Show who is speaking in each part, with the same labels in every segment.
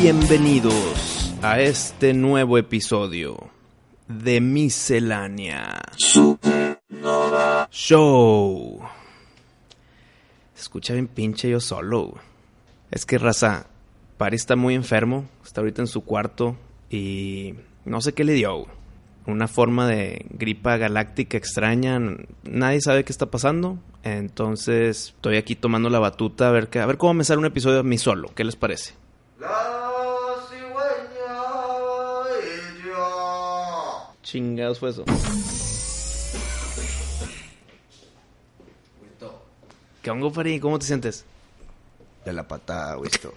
Speaker 1: Bienvenidos a este nuevo episodio de Miscelánea Show. Se escucha bien pinche yo solo. güey. Es que raza, Pari está muy enfermo, está ahorita en su cuarto y no sé qué le dio. güey. Una forma de gripa galáctica extraña, n- nadie sabe qué está pasando. Entonces estoy aquí tomando la batuta a ver, qué- a ver cómo me sale un episodio a mí solo. ¿Qué les parece?
Speaker 2: La cigüeña ella.
Speaker 1: Chingados fue eso. ¿Qué hongo, Fari? ¿Cómo te sientes?
Speaker 2: De la patada, visto.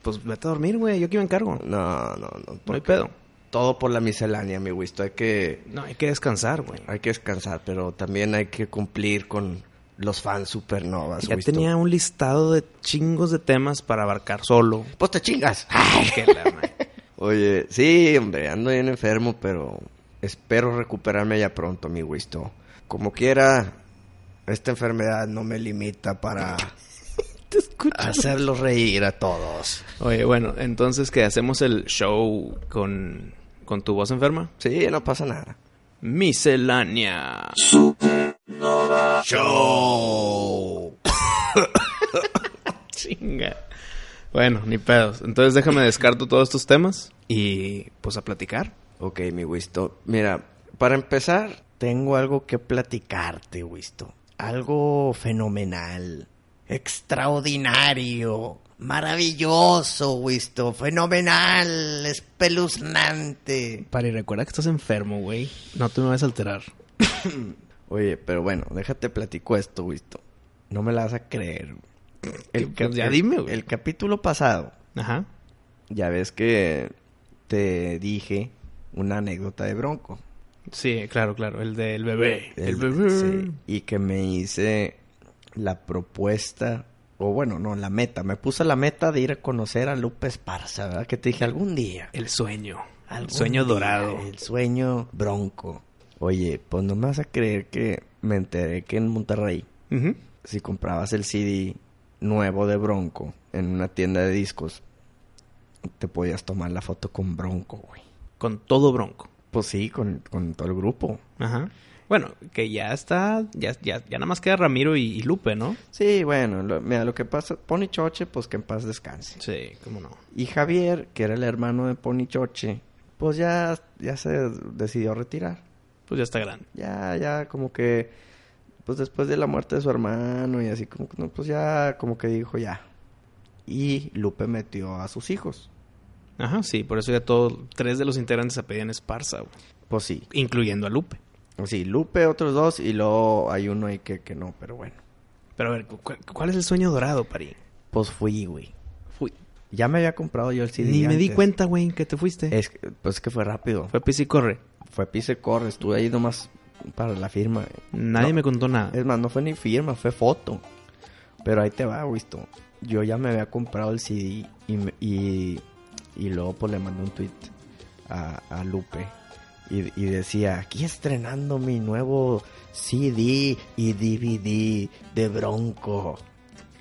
Speaker 1: Pues vete a dormir, güey. Yo aquí me encargo.
Speaker 2: No, no, no.
Speaker 1: No hay
Speaker 2: porque
Speaker 1: pedo.
Speaker 2: Todo por la miscelánea, mi Wisto. Hay que,
Speaker 1: No, hay que descansar, güey.
Speaker 2: hay que descansar, pero también hay que cumplir con los fans supernovas,
Speaker 1: Ya
Speaker 2: Wisto.
Speaker 1: tenía un listado de chingos de temas para abarcar solo.
Speaker 2: ¡Pues te chingas!
Speaker 1: Qué la madre.
Speaker 2: Oye, sí, hombre, ando bien enfermo, pero espero recuperarme ya pronto, mi Wisto. Como quiera, esta enfermedad no me limita para hacerlos reír a todos.
Speaker 1: Oye, bueno, entonces que hacemos el show con, con tu voz enferma.
Speaker 2: Sí, no pasa nada.
Speaker 1: Miscelánea.
Speaker 2: Show.
Speaker 1: Chinga. Bueno, ni pedos. Entonces déjame descarto todos estos temas y pues a platicar.
Speaker 2: Ok, mi Wisto. Mira, para empezar, tengo algo que platicarte, Wisto. Algo fenomenal. Extraordinario. Maravilloso, Wisto. Fenomenal. Espeluznante.
Speaker 1: Pari, recuerda que estás enfermo, güey. No te me vas a alterar.
Speaker 2: Oye, pero bueno, déjate platico esto, Wisto. No me la vas a creer.
Speaker 1: ¿Qué cap- pues, ya dime, güey.
Speaker 2: El capítulo pasado,
Speaker 1: Ajá.
Speaker 2: ya ves que te dije una anécdota de Bronco.
Speaker 1: Sí, claro, claro. El del bebé. El,
Speaker 2: El-
Speaker 1: bebé.
Speaker 2: sí, y que me hice la propuesta, o bueno, no, la meta. Me puse la meta de ir a conocer a Lupe Esparza, ¿verdad? Que te dije algún día.
Speaker 1: El sueño. El
Speaker 2: algún
Speaker 1: sueño
Speaker 2: día,
Speaker 1: dorado.
Speaker 2: El sueño bronco. Oye, pues no me vas a creer que me enteré que en Monterrey,
Speaker 1: Ujú.
Speaker 2: si comprabas el CD nuevo de Bronco en una tienda de discos, te podías tomar la foto con Bronco, güey.
Speaker 1: Con todo bronco.
Speaker 2: Pues sí, con, con todo el grupo.
Speaker 1: Ajá. Bueno, que ya está. Ya, ya, ya nada más queda Ramiro y, y Lupe, ¿no?
Speaker 2: Sí, bueno, lo- mira, lo que pasa, Pony Choche, pues que en paz descanse.
Speaker 1: Sí, cómo no.
Speaker 2: Y Javier, que era el hermano de Pony Choche, pues ya, ya se decidió retirar.
Speaker 1: Pues ya está grande.
Speaker 2: Ya, ya, como que, pues después de la muerte de su hermano y así, como que, no, pues ya, como que dijo ya. Y Lupe metió a sus hijos.
Speaker 1: Ajá, sí. Por eso ya todos. Tres de los integrantes se pedían esparza, güey.
Speaker 2: Pues sí,
Speaker 1: Incluyendo a Lupe.
Speaker 2: sí, Lupe, otros dos, y luego hay uno ahí que, que no, pero bueno.
Speaker 1: Pero a ver, cu- cu- ¿cuál es el sueño dorado, Pari?
Speaker 2: Pues fui, güey.
Speaker 1: Fui.
Speaker 2: Ya me había comprado yo el CD.
Speaker 1: Ni me di
Speaker 2: antes.
Speaker 1: cuenta, güey, que te fuiste.
Speaker 2: Es que- pues que fue rápido.
Speaker 1: Fue pis y corre.
Speaker 2: Fue pise corre, estuve ahí nomás para la firma.
Speaker 1: Nadie
Speaker 2: No.
Speaker 1: me contó nada.
Speaker 2: Es más, no fue ni firma, fue foto. Pero ahí te va, Wisto. Yo ya me había comprado el CD y, me- y, y luego pues le mandé un tweet a, a Lupe. Y, y decía, aquí estrenando mi nuevo CD y DVD de Bronco.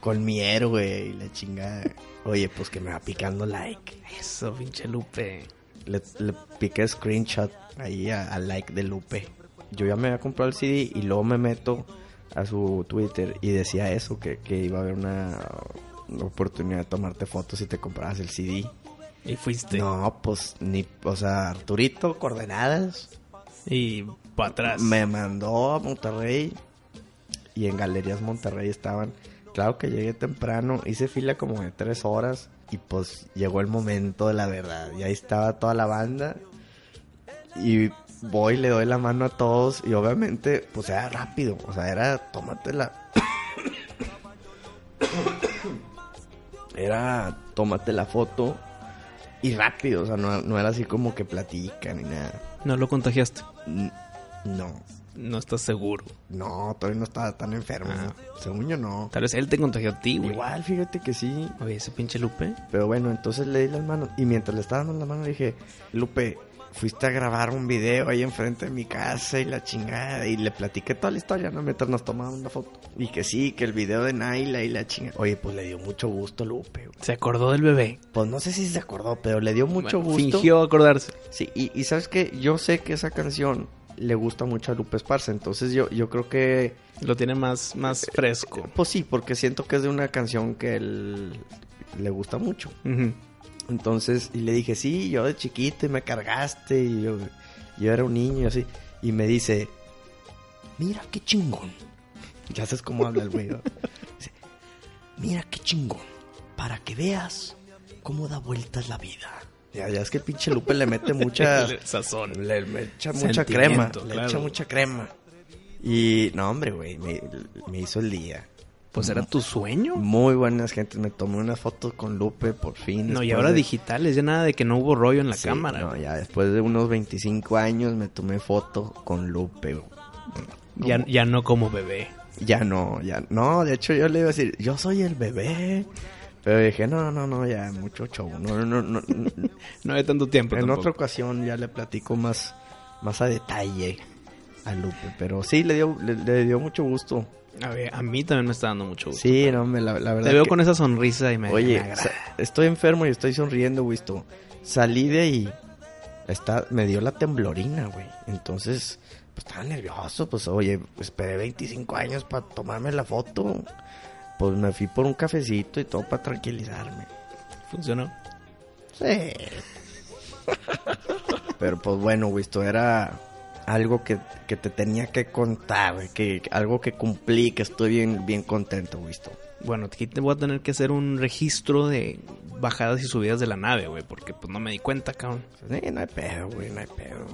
Speaker 2: Con mi héroe y la chingada. Oye, pues que me va picando like.
Speaker 1: Eso, pinche Lupe.
Speaker 2: Le, le piqué screenshot ahí a- al like de Lupe. Yo ya me había comprado el CD y luego me meto a su Twitter y decía eso, que, que iba a haber una oportunidad de tomarte fotos si te comprabas el CD.
Speaker 1: Y fuiste.
Speaker 2: No, pues ni, o sea, Arturito, coordenadas,
Speaker 1: Y para atrás.
Speaker 2: me mandó a Monterrey y en Galerías Monterrey estaban Claro que llegué temprano, hice fila como de tres horas y pues llegó el momento de la verdad. Y ahí estaba toda la banda y voy, le doy la mano a todos y obviamente pues era rápido, o sea, era tómatela. era tómate la foto y rápido, o sea, no, no era así como que platica ni nada.
Speaker 1: No lo contagiaste.
Speaker 2: N- No,
Speaker 1: No estás seguro.
Speaker 2: no, todavía no estaba tan enfermo.
Speaker 1: Ah.
Speaker 2: Según yo no.
Speaker 1: Tal vez él te contagió a ti, güey.
Speaker 2: Igual, fíjate que sí,
Speaker 1: Oye, ese pinche Lupe.
Speaker 2: Pero bueno, entonces le di las manos. Y mientras le estaba dando las manos, le dije, Lupe, fuiste a grabar un video ahí enfrente de mi casa y la chingada. Y le platiqué toda la historia, ¿no? Mientras nos tomábamos la foto. Y que sí, que el video de Naila y la chingada. Oye, pues le dio mucho gusto a Lupe. güey.
Speaker 1: Se acordó del bebé.
Speaker 2: Pues no sé si se acordó, pero le dio mucho
Speaker 1: Bueno,
Speaker 2: gusto.
Speaker 1: Fingió acordarse.
Speaker 2: Sí, y, y sabes que yo sé que esa canción le gusta mucho a Lupe Esparza. Entonces yo, yo creo que
Speaker 1: Lo tiene más, más fresco.
Speaker 2: Pues sí, porque siento que es de una canción que él le gusta mucho.
Speaker 1: Ujú.
Speaker 2: Entonces, y le dije, sí, yo de chiquito y me cargaste y yo, yo era un niño y así. Y me dice, mira qué chingón. Ya sabes cómo habla el güey. ¿no? Dice, mira qué chingón. Para que veas cómo da vueltas la vida. Ya, ya es que el pinche Lupe le mete mucha...
Speaker 1: Sazón.
Speaker 2: Le, le echa mucha crema.
Speaker 1: Sentimiento,
Speaker 2: Le echa
Speaker 1: claro.
Speaker 2: mucha crema. Y no, hombre, güey, me, me hizo el día.
Speaker 1: Pues era tu sueño.
Speaker 2: Muy buenas gente, me tomé una foto con Lupe por fin.
Speaker 1: No, y
Speaker 2: después
Speaker 1: ahora
Speaker 2: de-
Speaker 1: digitales, ya nada de que no hubo rollo en la
Speaker 2: Sí,
Speaker 1: cámara.
Speaker 2: No,
Speaker 1: güey.
Speaker 2: ya después de unos 25 años me tomé foto con Lupe. güey.
Speaker 1: ya, ya, no como bebé.
Speaker 2: Ya no, ya no, de hecho yo le iba a decir, yo soy el bebé. Pero dije, no, no, no, ya mucho show. No, no, no, no.
Speaker 1: No había tanto tiempo.
Speaker 2: en
Speaker 1: tampoco.
Speaker 2: otra ocasión ya le platico más, más a detalle a Lupe. Pero sí, le dio, le, le dio mucho gusto.
Speaker 1: A, ver, a mí también me está dando mucho gusto.
Speaker 2: Sí, no, me, la, la verdad.
Speaker 1: Te veo
Speaker 2: que-
Speaker 1: con esa sonrisa y me. me
Speaker 2: Oye,
Speaker 1: agrada.
Speaker 2: sa- estoy enfermo y estoy sonriendo, güey. esto. Salí de ahí. Está, me dio la temblorina, güey. Entonces, pues estaba nervioso. Pues, oye, esperé 25 años para tomarme la foto. Pues me fui por un cafecito y todo para tranquilizarme.
Speaker 1: funcionó.
Speaker 2: Sí. Pero pues bueno, güey, esto era algo que, que te tenía que contar, güey, que algo que cumplí, que estoy bien, bien contento, güey. esto.
Speaker 1: Bueno, aquí te voy a tener que hacer un registro de bajadas y subidas de la nave, güey, porque pues no me di cuenta, cabrón.
Speaker 2: Sí, no hay pedo, güey, no hay pedo.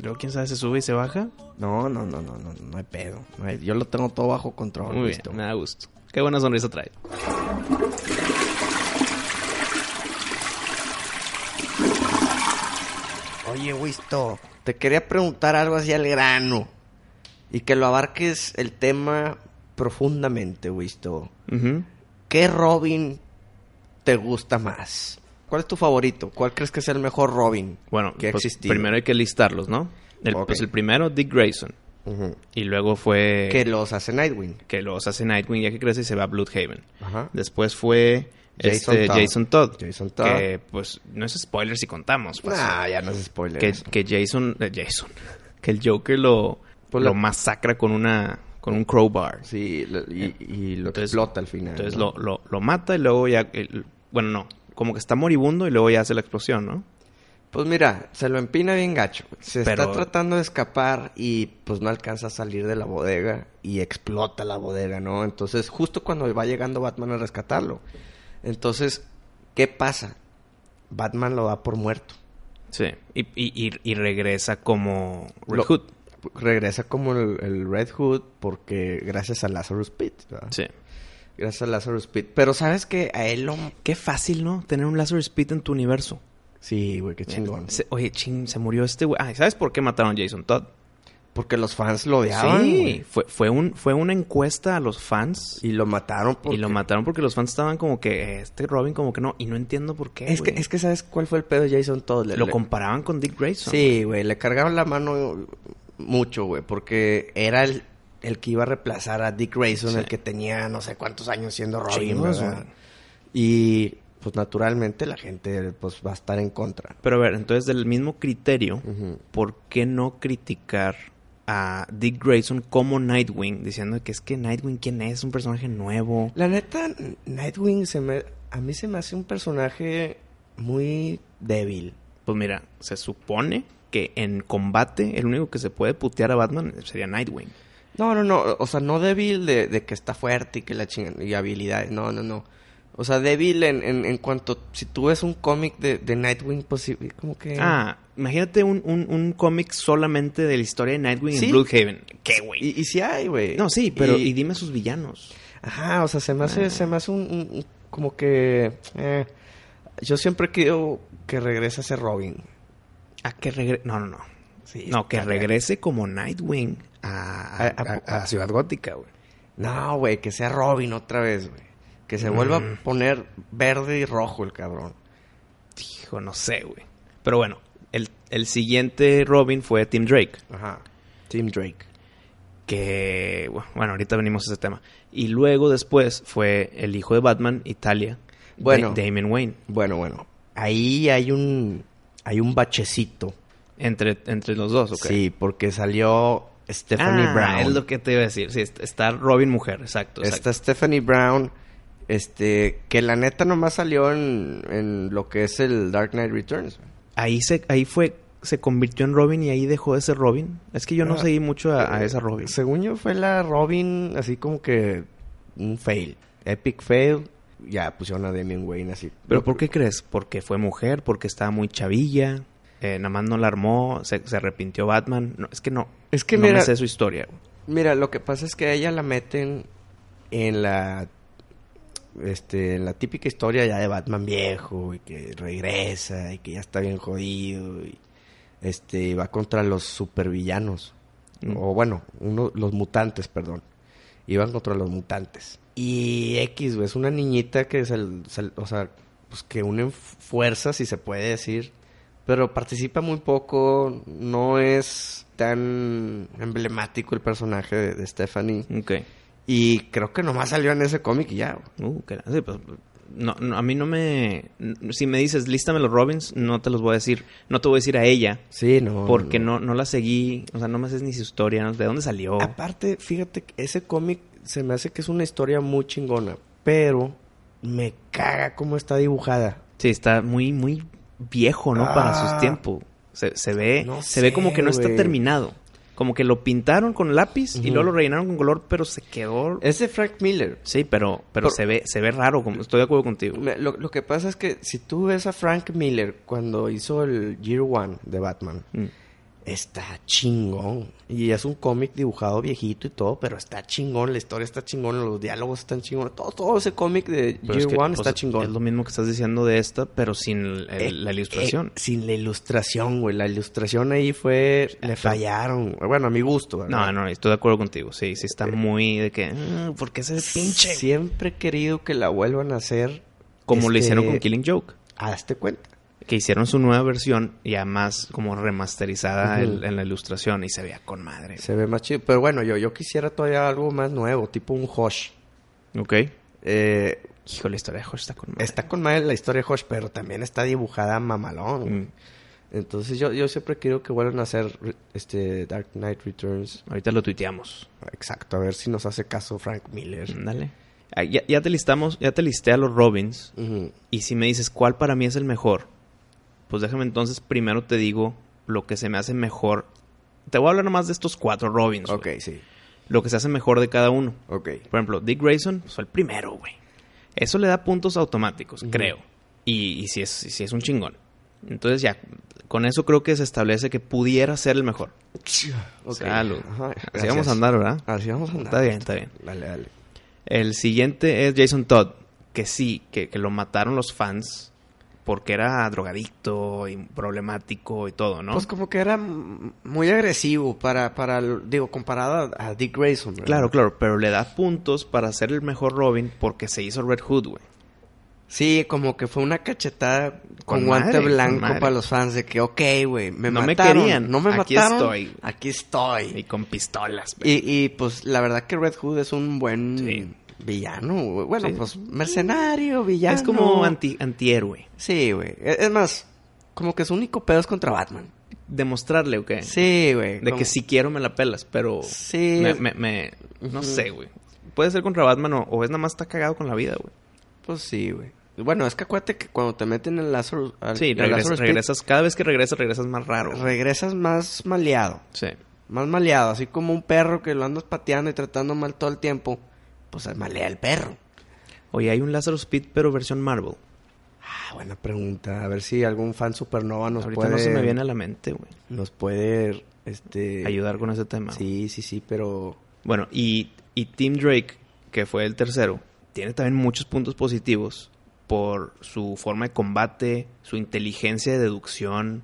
Speaker 1: Luego, quién sabe, se sube y se baja.
Speaker 2: No, no, no, no, no, no hay pedo. No hay- yo lo tengo todo bajo control.
Speaker 1: Muy bien,
Speaker 2: listo.
Speaker 1: me da gusto. Qué buena sonrisa trae.
Speaker 2: Oye, Wisto, te quería preguntar algo así al grano. Y que lo abarques el tema profundamente, Wisto.
Speaker 1: Ujú.
Speaker 2: ¿Qué Robin te gusta más? ¿Cuál es tu favorito? ¿Cuál crees que es el mejor Robin
Speaker 1: Bueno,
Speaker 2: que ha
Speaker 1: pues,
Speaker 2: existido?
Speaker 1: primero hay que listarlos, ¿no? El,
Speaker 2: Ok.
Speaker 1: Pues el primero, Dick Grayson.
Speaker 2: Ujú.
Speaker 1: Y luego fue
Speaker 2: Que los hace Nightwing.
Speaker 1: que los hace Nightwing ya que crece y se va a Bloodhaven.
Speaker 2: Ajá.
Speaker 1: Después fue
Speaker 2: Jason
Speaker 1: este,
Speaker 2: Todd.
Speaker 1: Jason Todd.
Speaker 2: Jason Todd.
Speaker 1: Que, pues, no es spoiler si contamos. Pues,
Speaker 2: Ah, ya no es spoiler.
Speaker 1: que,
Speaker 2: eso.
Speaker 1: que Jason... eh, Jason. Que el Joker lo,
Speaker 2: Pues
Speaker 1: lo
Speaker 2: la-
Speaker 1: masacra con una... Con un crowbar.
Speaker 2: Sí, lo- y, y lo
Speaker 1: Entonces-
Speaker 2: explota al final.
Speaker 1: Entonces
Speaker 2: ¿no?
Speaker 1: lo, lo, lo mata y luego ya... el- bueno, no. Como que está moribundo y luego ya hace la explosión, ¿no?
Speaker 2: Pues mira, se lo empina bien gacho. Se
Speaker 1: Pero-
Speaker 2: está tratando de escapar y pues no alcanza a salir de la bodega y explota la bodega, ¿no? Entonces, justo cuando va llegando Batman a rescatarlo. Entonces, ¿qué pasa? Batman lo da por muerto.
Speaker 1: Sí. Y, y, y- y regresa como Red
Speaker 2: Lo-
Speaker 1: Hood.
Speaker 2: Regresa como el, el Red Hood porque gracias a Lazarus Pit. ¿verdad?
Speaker 1: Sí.
Speaker 2: Gracias a Lazarus Pit. Pero sabes que a él lo...
Speaker 1: Qué fácil, ¿no? Tener un Lazarus Pit en tu universo. Eh,
Speaker 2: Sí, güey, qué chingón.
Speaker 1: Se- oye, ching, se murió este güey. Ay, ¿sabes por qué mataron a Jason Todd?
Speaker 2: Porque los fans lo odiaban.
Speaker 1: sí,
Speaker 2: güey.
Speaker 1: fue, fue, un, fue una encuesta a los fans y,
Speaker 2: Y lo mataron porque...
Speaker 1: lo mataron porque los fans estaban como que eh, este Robin como que no, y no entiendo por qué.
Speaker 2: Es que,
Speaker 1: güey.
Speaker 2: es que sabes cuál fue el pedo de Jason Todd. Le-
Speaker 1: lo
Speaker 2: le-
Speaker 1: comparaban con Dick Grayson.
Speaker 2: Sí, güey, le cargaban la mano mucho, güey, porque era el, el que iba a reemplazar a Dick Grayson,
Speaker 1: Sí.
Speaker 2: el que tenía no sé cuántos años siendo Robin,
Speaker 1: Chingos,
Speaker 2: ¿verdad?
Speaker 1: güey.
Speaker 2: Y pues naturalmente la gente pues va a estar en contra.
Speaker 1: Pero a ver, entonces del mismo criterio, ¿por qué no criticar a Dick Grayson como Nightwing? Diciendo que es que Nightwing, ¿quién es? Un personaje nuevo.
Speaker 2: La neta, Nightwing se me, a mí se me hace un personaje muy débil.
Speaker 1: Pues mira, se supone que en combate el único que se puede putear a Batman sería Nightwing.
Speaker 2: No, no, no. O sea, no débil de, de que está fuerte y que la chingan. Y habilidades. No, no, no. O sea, débil en, en, en cuanto. Si tú ves un cómic de, de Nightwing, pues sí, como que.
Speaker 1: Ah, imagínate un, un, un cómic solamente de la historia de Nightwing
Speaker 2: Sí.
Speaker 1: en Bloodhaven.
Speaker 2: ¿Qué, güey? Y, y sí hay, güey.
Speaker 1: No, sí, pero
Speaker 2: Y-
Speaker 1: y Ah. dime sus villanos.
Speaker 2: Ajá, o sea, se me hace, se me hace un, un- un- como que eh, yo siempre quiero que regrese a ser Robin.
Speaker 1: A que regrese. No, no, no.
Speaker 2: Sí,
Speaker 1: No, que
Speaker 2: está-
Speaker 1: regrese como Nightwing a, a-
Speaker 2: A- a-
Speaker 1: a- a Ciudad Gótica, güey.
Speaker 2: No, güey, que sea Robin otra vez, güey. Que se vuelva
Speaker 1: Mm.
Speaker 2: a poner verde y rojo el cabrón.
Speaker 1: Hijo, no sé, güey. Pero bueno, el, el siguiente Robin fue Tim Drake.
Speaker 2: Ajá. Team Drake.
Speaker 1: Que, bueno, ahorita venimos a ese tema. Y luego después fue el hijo de Batman, Italia.
Speaker 2: Bueno.
Speaker 1: Da- Damian Wayne.
Speaker 2: Bueno, bueno. Ahí hay un hay un bachecito.
Speaker 1: Entre, entre los dos, ¿ok?
Speaker 2: Sí, porque salió Stephanie
Speaker 1: Ah,
Speaker 2: Brown.
Speaker 1: es lo que te iba a decir. Sí, est- está Robin mujer, exacto. exacto.
Speaker 2: Está Stephanie Brown, este, que la neta nomás salió en, en lo que es el Dark Knight Returns. güey.
Speaker 1: Ahí, se, ahí fue, se convirtió en Robin y ahí dejó de ser Robin. Es que yo no
Speaker 2: Ah,
Speaker 1: seguí mucho a, a esa Robin.
Speaker 2: Según yo fue la Robin, así como que un fail, epic fail. Ya pusieron a Damian Wayne así.
Speaker 1: ¿Pero por qué crees? Porque fue mujer, porque estaba muy chavilla, eh, nada más no la armó, se, se arrepintió Batman. No, es que no.
Speaker 2: Es que
Speaker 1: no
Speaker 2: mira-
Speaker 1: me sé su historia. güey.
Speaker 2: Mira, lo que pasa es que a ella la meten en la este, en la típica historia ya de Batman viejo y que regresa y que ya está bien jodido y este y va contra los supervillanos
Speaker 1: Mm.
Speaker 2: o bueno, uno los mutantes, perdón. Iban contra los mutantes. Y X, güey, es una niñita que se, se- o sea, pues que unen fu- fuerzas si se puede decir, pero participa muy poco, no es tan emblemático el personaje de, de Stephanie
Speaker 1: Ok.
Speaker 2: y creo que nomás salió en ese cómic y ya. güey.
Speaker 1: Uh, que la- sí, pues, no, no, a mí no me... n- Si me dices, lístame los Robins, no te los voy a decir. No te voy a decir a ella.
Speaker 2: Sí, Oh, no.
Speaker 1: Porque no, no la seguí, o sea, no me haces ni su historia, no sé de dónde salió.
Speaker 2: Aparte, fíjate que ese cómic se me hace que es una historia muy chingona, pero me caga cómo está dibujada.
Speaker 1: Sí, está muy, muy viejo, ¿no? Para
Speaker 2: Ah.
Speaker 1: sus tiempos. Se, se ve,
Speaker 2: No
Speaker 1: se ve como
Speaker 2: sé,
Speaker 1: que no está
Speaker 2: güey.
Speaker 1: terminado. Como que lo pintaron con lápiz y
Speaker 2: Ujú.
Speaker 1: luego lo rellenaron con color, pero se quedó.
Speaker 2: Es de Frank Miller.
Speaker 1: Sí, pero, pero
Speaker 2: Por-
Speaker 1: se ve, se ve raro, como estoy de acuerdo contigo.
Speaker 2: Me- Lo, lo que pasa es que si tú ves a Frank Miller cuando hizo el Year One de Batman,
Speaker 1: Mm.
Speaker 2: está chingón. Y es un cómic dibujado viejito y todo, pero está chingón. La historia está chingón, los diálogos están chingones. Todo, todo ese cómic de
Speaker 1: Pero
Speaker 2: Year
Speaker 1: es que,
Speaker 2: One
Speaker 1: pues,
Speaker 2: está chingón.
Speaker 1: Es lo mismo que estás diciendo de esta, pero sin el- el-
Speaker 2: Eh,
Speaker 1: la ilustración. Ah,
Speaker 2: eh, sin la ilustración, güey. La ilustración ahí fue... Le fallaron. güey. Bueno, a mi gusto,
Speaker 1: no,
Speaker 2: ¿verdad?
Speaker 1: no, estoy de acuerdo contigo. Sí, sí
Speaker 2: Eh,
Speaker 1: está muy de que... "Ah, ¿Por qué se ve pinche?
Speaker 2: Siempre he querido que la vuelvan a hacer...
Speaker 1: Como lo
Speaker 2: este,
Speaker 1: hicieron con Killing Joke.
Speaker 2: Hazte cuenta.
Speaker 1: que hicieron su nueva versión ya más como remasterizada
Speaker 2: Ujú.
Speaker 1: en, en la ilustración y se veía con madre.
Speaker 2: Se ve más chido. Pero bueno, yo, yo quisiera todavía algo más nuevo, tipo un Hosh.
Speaker 1: Ok.
Speaker 2: Eh,
Speaker 1: Hijo, la historia de Josh está con madre.
Speaker 2: está con madre la historia de Hosh, pero también está dibujada mamalón. güey.
Speaker 1: Mm.
Speaker 2: Entonces yo, yo siempre quiero que vuelvan a hacer re- este Dark Knight Returns.
Speaker 1: Ahorita lo tuiteamos.
Speaker 2: Exacto, a ver si nos hace caso Frank Miller.
Speaker 1: Ándale. Ah, Ya, ya te listamos, ya te listé a los Robins.
Speaker 2: Ujú.
Speaker 1: Y si me dices cuál para mí es el mejor, pues déjame entonces primero te digo lo que se me hace mejor. Te voy a hablar nomás de estos cuatro Robins. güey.
Speaker 2: Ok, sí.
Speaker 1: Lo que se hace mejor de cada uno.
Speaker 2: Ok.
Speaker 1: Por ejemplo, Dick Grayson pues, fue el primero, güey. Eso le da puntos automáticos,
Speaker 2: Ujú.
Speaker 1: creo. Y, y si, es, si es un chingón. Entonces ya, con eso creo que se establece que pudiera ser el mejor.
Speaker 2: Ok.
Speaker 1: Salud.
Speaker 2: Ajá,
Speaker 1: Así
Speaker 2: gracias.
Speaker 1: vamos a andar, ¿verdad?
Speaker 2: Así vamos a andar.
Speaker 1: Está bien, está bien.
Speaker 2: Dale, dale.
Speaker 1: El siguiente es Jason Todd, que sí, que, que lo mataron los fans porque era drogadicto y problemático y todo, ¿no?
Speaker 2: Pues como que era mm, muy agresivo para, para el- digo, comparado a, a Dick Grayson. ¿verdad?
Speaker 1: claro, claro, pero le da puntos para ser el mejor Robin porque se hizo Red Hood, güey.
Speaker 2: Sí, como que fue una cachetada con,
Speaker 1: Con
Speaker 2: guante
Speaker 1: madre, con
Speaker 2: blanco
Speaker 1: madre.
Speaker 2: para los fans de que, ok, güey, me
Speaker 1: No me
Speaker 2: mataron.
Speaker 1: querían,
Speaker 2: No me
Speaker 1: aquí
Speaker 2: mataron.
Speaker 1: estoy.
Speaker 2: Aquí estoy.
Speaker 1: Y con pistolas. güey.
Speaker 2: Y, y, pues la verdad que Red Hood es un buen
Speaker 1: Sí.
Speaker 2: villano. güey. Bueno,
Speaker 1: Sí.
Speaker 2: pues mercenario, villano.
Speaker 1: Es como anti, antihéroe.
Speaker 2: Sí, güey. E- Es más, como que su único pedo es contra Batman.
Speaker 1: Demostrarle, ¿o qué?
Speaker 2: Sí, güey.
Speaker 1: Eh, De
Speaker 2: como-
Speaker 1: que si quiero me la pelas, pero...
Speaker 2: Sí.
Speaker 1: Me, me- me- no sé, güey. Puede ser contra Batman o, o es nada más está cagado con la vida, güey.
Speaker 2: Pues sí, güey. Bueno, es que acuérdate que cuando te meten en el Lazarus... al-
Speaker 1: Sí,
Speaker 2: en el
Speaker 1: regresas,
Speaker 2: Lazarus Pit,
Speaker 1: regresas- Cada vez que regresas, regresas más raro.
Speaker 2: regresas más maleado.
Speaker 1: Sí.
Speaker 2: más maleado, así como un perro que lo andas pateando y tratando mal todo el tiempo, pues malea el perro.
Speaker 1: Oye, hay un Lazarus Pit, pero versión Marvel.
Speaker 2: Ah, buena pregunta. A ver si algún fan supernova nos
Speaker 1: Ahorita
Speaker 2: puede
Speaker 1: no se me viene a la mente, güey.
Speaker 2: nos puede este
Speaker 1: Ayudar con ese tema. güey.
Speaker 2: Sí, sí, sí, pero
Speaker 1: Bueno, y, y Tim Drake, que fue el tercero, tiene también muchos puntos positivos por su forma de combate, su inteligencia de deducción,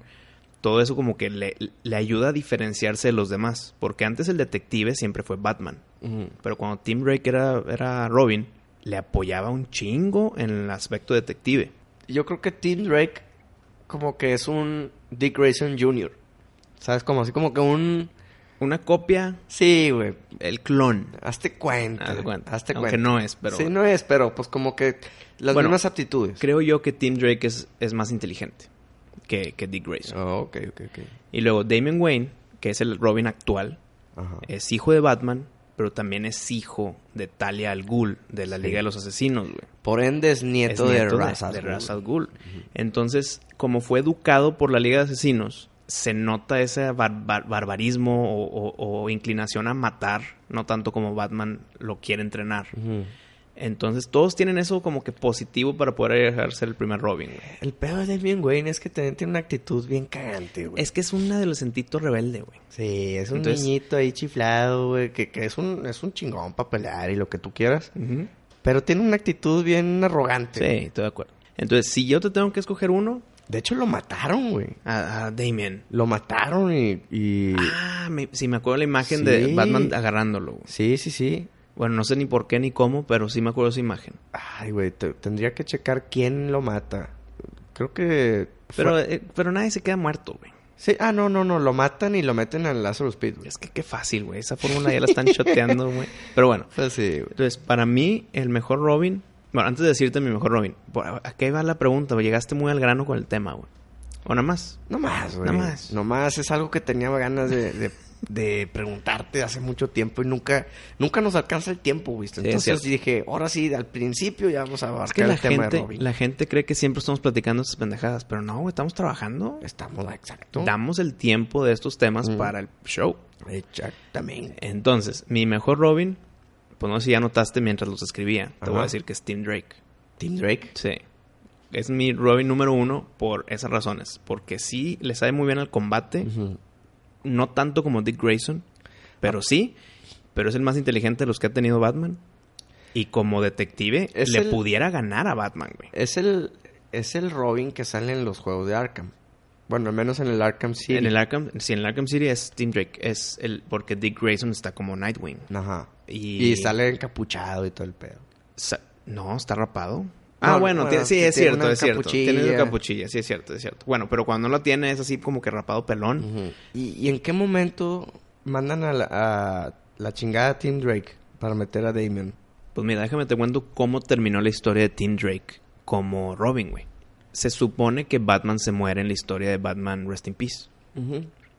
Speaker 1: todo eso como que le, le ayuda a diferenciarse de los demás, porque antes el detective siempre fue Batman,
Speaker 2: ujú,
Speaker 1: pero cuando Tim Drake era, era Robin, le apoyaba un chingo en el aspecto detective.
Speaker 2: yo creo que Tim Drake como que es un Dick Grayson Jr. ¿Sabes? Como así como que un
Speaker 1: Una copia,
Speaker 2: sí, güey.
Speaker 1: el clon.
Speaker 2: Hazte cuenta.
Speaker 1: Hazte cuenta.
Speaker 2: Hazte
Speaker 1: Aunque
Speaker 2: cuenta.
Speaker 1: no es, pero-
Speaker 2: Sí, no es, pero pues como que las
Speaker 1: Bueno,
Speaker 2: mismas aptitudes.
Speaker 1: Creo yo que Tim Drake es, es más inteligente que, que Dick Grayson.
Speaker 2: Oh, ok, ok, ok.
Speaker 1: Y luego Damian Wayne, que es el Robin actual,
Speaker 2: Ajá.
Speaker 1: es hijo de Batman, pero también es hijo de Talia al Ghul de la Liga de los Asesinos, güey.
Speaker 2: Por ende es nieto,
Speaker 1: Es
Speaker 2: de Ra's al
Speaker 1: de
Speaker 2: Ghul.
Speaker 1: Ra's al Ghul. Entonces, como fue educado por la Liga de Asesinos, se nota ese bar- bar- barbarismo o, o- o inclinación a matar, no tanto como Batman lo quiere entrenar.
Speaker 2: Ujú.
Speaker 1: Entonces, todos tienen eso como que positivo para poder llegar a ser el primer Robin, güey.
Speaker 2: El pedo de Damien Wayne es que también tiene una actitud bien cagante, güey.
Speaker 1: Es que es un adolescentito rebelde, güey.
Speaker 2: Sí, es un
Speaker 1: Entonces-
Speaker 2: niñito ahí chiflado, güey, que, que es, un, es un chingón para pelear y lo que tú quieras. Pero tiene una actitud bien
Speaker 1: Sí,
Speaker 2: arrogante.
Speaker 1: estoy de acuerdo. Entonces, si yo te tengo que escoger uno,
Speaker 2: De hecho, lo mataron, güey.
Speaker 1: a, a Damien.
Speaker 2: Lo mataron y... y-
Speaker 1: Ah, me- sí, me acuerdo la imagen de
Speaker 2: Sí.
Speaker 1: Batman agarrándolo. güey.
Speaker 2: Sí, sí, sí.
Speaker 1: Bueno, no sé ni por qué ni cómo, pero sí me acuerdo esa imagen.
Speaker 2: Ay, güey, te- tendría que checar quién lo mata. Creo que...
Speaker 1: Pero,
Speaker 2: fue-
Speaker 1: eh, pero nadie se queda muerto, güey.
Speaker 2: Sí, ah, no, no, no. Lo matan y lo meten al Lazarus Pit, güey.
Speaker 1: Es que qué fácil, güey. Esa fórmula ya la están choteando, güey. Pero bueno.
Speaker 2: Pues sí, güey.
Speaker 1: Entonces, para mí, el mejor Robin... Bueno, antes de decirte mi mejor Robin, por- ¿a qué va la pregunta? güey? Llegaste muy al grano con el tema, güey. O nada más.
Speaker 2: No más, güey.
Speaker 1: No más.
Speaker 2: No más. Es algo que tenía ganas de, de- de preguntarte hace mucho tiempo y nunca, nunca nos alcanza el tiempo, ¿viste?
Speaker 1: Sí,
Speaker 2: Entonces
Speaker 1: es cierto.
Speaker 2: dije, ahora sí, al principio ya vamos a abarcar
Speaker 1: Es que la
Speaker 2: el tema de
Speaker 1: gente,
Speaker 2: Robin.
Speaker 1: la gente cree que siempre estamos platicando estas pendejadas, pero no, güey, estamos trabajando.
Speaker 2: Estamos, exacto.
Speaker 1: Damos el tiempo de estos temas para el show.
Speaker 2: Exactamente.
Speaker 1: Entonces, mi mejor Robin, pues no sé si ya notaste mientras los escribía, te
Speaker 2: Ajá.
Speaker 1: voy a decir que es Tim Drake.
Speaker 2: Tim Drake.
Speaker 1: Sí. Es mi Robin número uno por esas razones. Porque sí le sabe muy bien al combate, no tanto como Dick Grayson,
Speaker 2: Ah.
Speaker 1: pero sí, pero es el más inteligente de los que ha tenido Batman. Y como detective,
Speaker 2: Es
Speaker 1: le
Speaker 2: el-
Speaker 1: pudiera ganar a Batman, güey.
Speaker 2: Es el, es el Robin que sale en los juegos de Arkham. Bueno, al menos en el Arkham City.
Speaker 1: En el Arkham, sí, en el Arkham City es Tim Drake, es el porque Dick Grayson está como Nightwing.
Speaker 2: Ajá.
Speaker 1: Y-
Speaker 2: Y... sale encapuchado y todo el pedo.
Speaker 1: Sa- no, está rapado. Ah,
Speaker 2: No,
Speaker 1: bueno,
Speaker 2: bueno,
Speaker 1: tie- sí,
Speaker 2: sí
Speaker 1: es
Speaker 2: tiene
Speaker 1: cierto,
Speaker 2: una
Speaker 1: es cierto. Tiene
Speaker 2: capuchilla.
Speaker 1: una capuchilla, sí, es cierto, es cierto. Bueno, pero cuando no la tiene es así como que rapado pelón.
Speaker 2: ¿Y, y en qué momento mandan a la, a la chingada a Tim Drake para meter a Damon?
Speaker 1: Pues mira, déjame te cuento cómo terminó la historia de Tim Drake como Robin, güey. Se supone que Batman se muere en la historia de Batman Rest in Peace.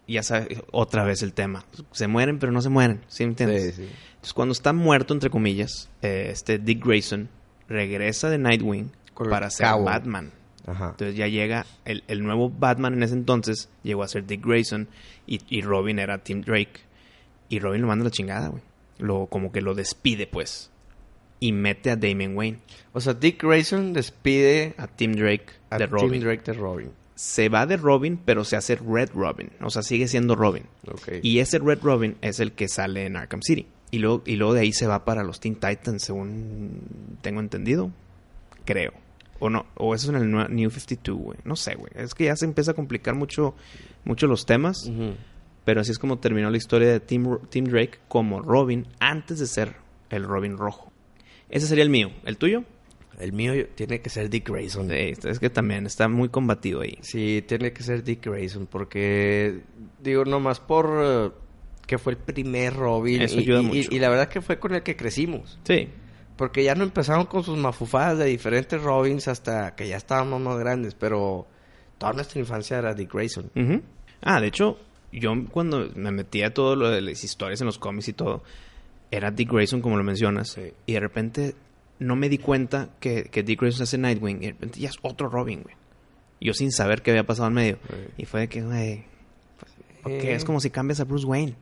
Speaker 1: Ya sabes, otra vez el tema. Se mueren, pero no se mueren, ¿sí me entiendes?
Speaker 2: Sí, sí.
Speaker 1: Entonces, cuando está muerto, entre comillas, eh, este Dick Grayson regresa de Nightwing
Speaker 2: Con el
Speaker 1: para ser
Speaker 2: cabo.
Speaker 1: Batman.
Speaker 2: Ajá.
Speaker 1: Entonces ya llega el, el nuevo Batman en ese entonces, llegó a ser Dick Grayson y, y Robin era Tim Drake. Y Robin lo manda a la chingada, güey. Lo, como que lo despide, pues. Y mete a Damian Wayne,
Speaker 2: O sea, Dick Grayson despide
Speaker 1: a Tim Drake
Speaker 2: a
Speaker 1: de
Speaker 2: Tim
Speaker 1: Robin.
Speaker 2: Drake de Robin.
Speaker 1: Se va de Robin, pero se hace Red Robin. O sea, sigue siendo Robin.
Speaker 2: Okay.
Speaker 1: Y ese Red Robin es el que sale en Arkham City. Y luego, y luego de ahí se va para los Teen Titans, según tengo entendido. Creo. O no, o eso es en el nue- New 52, güey. No sé, güey. Es que ya se empieza a complicar mucho, mucho los temas.
Speaker 2: Ujú.
Speaker 1: Pero así es como terminó la historia de Tim, Ro- Tim Drake como Robin antes de ser el Robin rojo. Ese sería el mío. ¿El tuyo?
Speaker 2: El mío yo- tiene que ser Dick Grayson.
Speaker 1: Sí, es que también está muy combatido ahí.
Speaker 2: Sí, tiene que ser Dick Grayson porque digo nomás por eh, que fue el primer Robin
Speaker 1: Eso
Speaker 2: y,
Speaker 1: ayuda
Speaker 2: y-
Speaker 1: mucho.
Speaker 2: y- y la verdad que fue con el que crecimos,
Speaker 1: Sí.
Speaker 2: porque ya no empezaron con sus mafufadas de diferentes Robins hasta que ya estábamos más grandes, pero toda nuestra infancia era Dick Grayson.
Speaker 1: Ujú. Ah, de hecho, yo cuando me metía a todo lo de las historias en los cómics y todo, era Dick Grayson, como lo mencionas,
Speaker 2: Sí.
Speaker 1: y de repente no me di cuenta que, que Dick Grayson hace Nightwing, y de repente ya es otro Robin, güey. Yo sin saber qué había pasado en medio.
Speaker 2: Sí.
Speaker 1: Y fue de que, güey, porque
Speaker 2: Eh.
Speaker 1: es como si cambias a Bruce Wayne.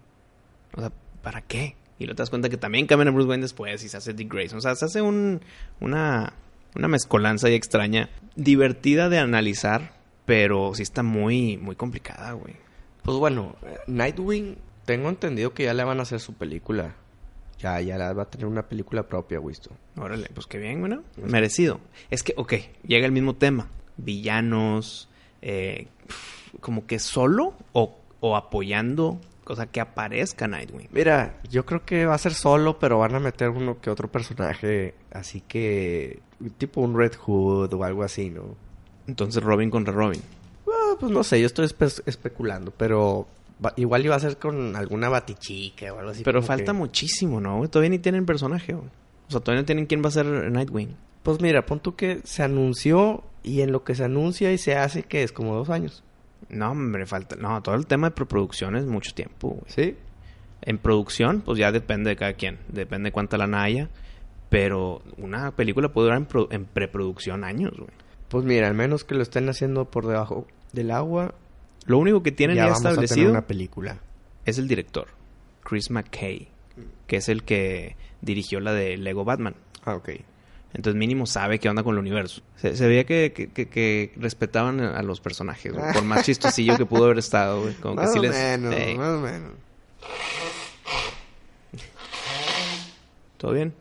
Speaker 1: O sea, ¿para qué? Y luego te das cuenta que también cambian a Bruce Wayne después y se hace Dick Grayson. O sea, se hace un, una, una mezcolanza ahí extraña. Divertida de analizar, pero sí está muy, muy complicada, güey.
Speaker 2: Pues bueno, eh, Nightwing, tengo entendido que ya le van a hacer su película. Ya, ya la va a tener una película propia, Wisto.
Speaker 1: Órale, pues qué bien, güey, ¿no? Merecido. Es que, ok, llega el mismo tema. Villanos, eh, como que solo o, o apoyando, o sea, que aparezca Nightwing.
Speaker 2: Mira, yo creo que va a ser solo, pero van a meter uno que otro personaje, así que tipo un Red Hood o algo así, ¿no?
Speaker 1: Entonces Robin contra Robin.
Speaker 2: Ah, pues no sé, yo estoy espe- especulando, pero va- igual iba a ser con alguna batichica o algo así.
Speaker 1: Pero
Speaker 2: como
Speaker 1: falta
Speaker 2: que-
Speaker 1: muchísimo, ¿no? güey? Todavía ni tienen personaje, güey. O sea, todavía no tienen quién va a ser Nightwing.
Speaker 2: Pues mira, pon tú que se anunció y en lo que se anuncia y se hace que es como dos años.
Speaker 1: No, hombre, falta. No, todo el tema de preproducción es mucho tiempo, güey.
Speaker 2: ¿Sí?
Speaker 1: En producción, pues ya depende de cada quien. Depende de cuánta lana haya. Pero una película puede durar en, pro- en preproducción años, güey.
Speaker 2: Pues mira, al menos que lo estén haciendo por debajo del agua,
Speaker 1: Lo único que tienen ya,
Speaker 2: vamos a tener
Speaker 1: establecido
Speaker 2: una película.
Speaker 1: es el director, Chris McKay, que es el que dirigió la de Lego Batman.
Speaker 2: Ah, ok.
Speaker 1: Entonces mínimo sabe qué onda con el universo. Se, se veía que, que- que- que respetaban a los personajes, güey, por más chistosillo que pudo haber estado, güey. Como que
Speaker 2: Más
Speaker 1: sí
Speaker 2: o
Speaker 1: les...
Speaker 2: menos,
Speaker 1: Ey,
Speaker 2: más o menos.
Speaker 1: ¿Todo bien?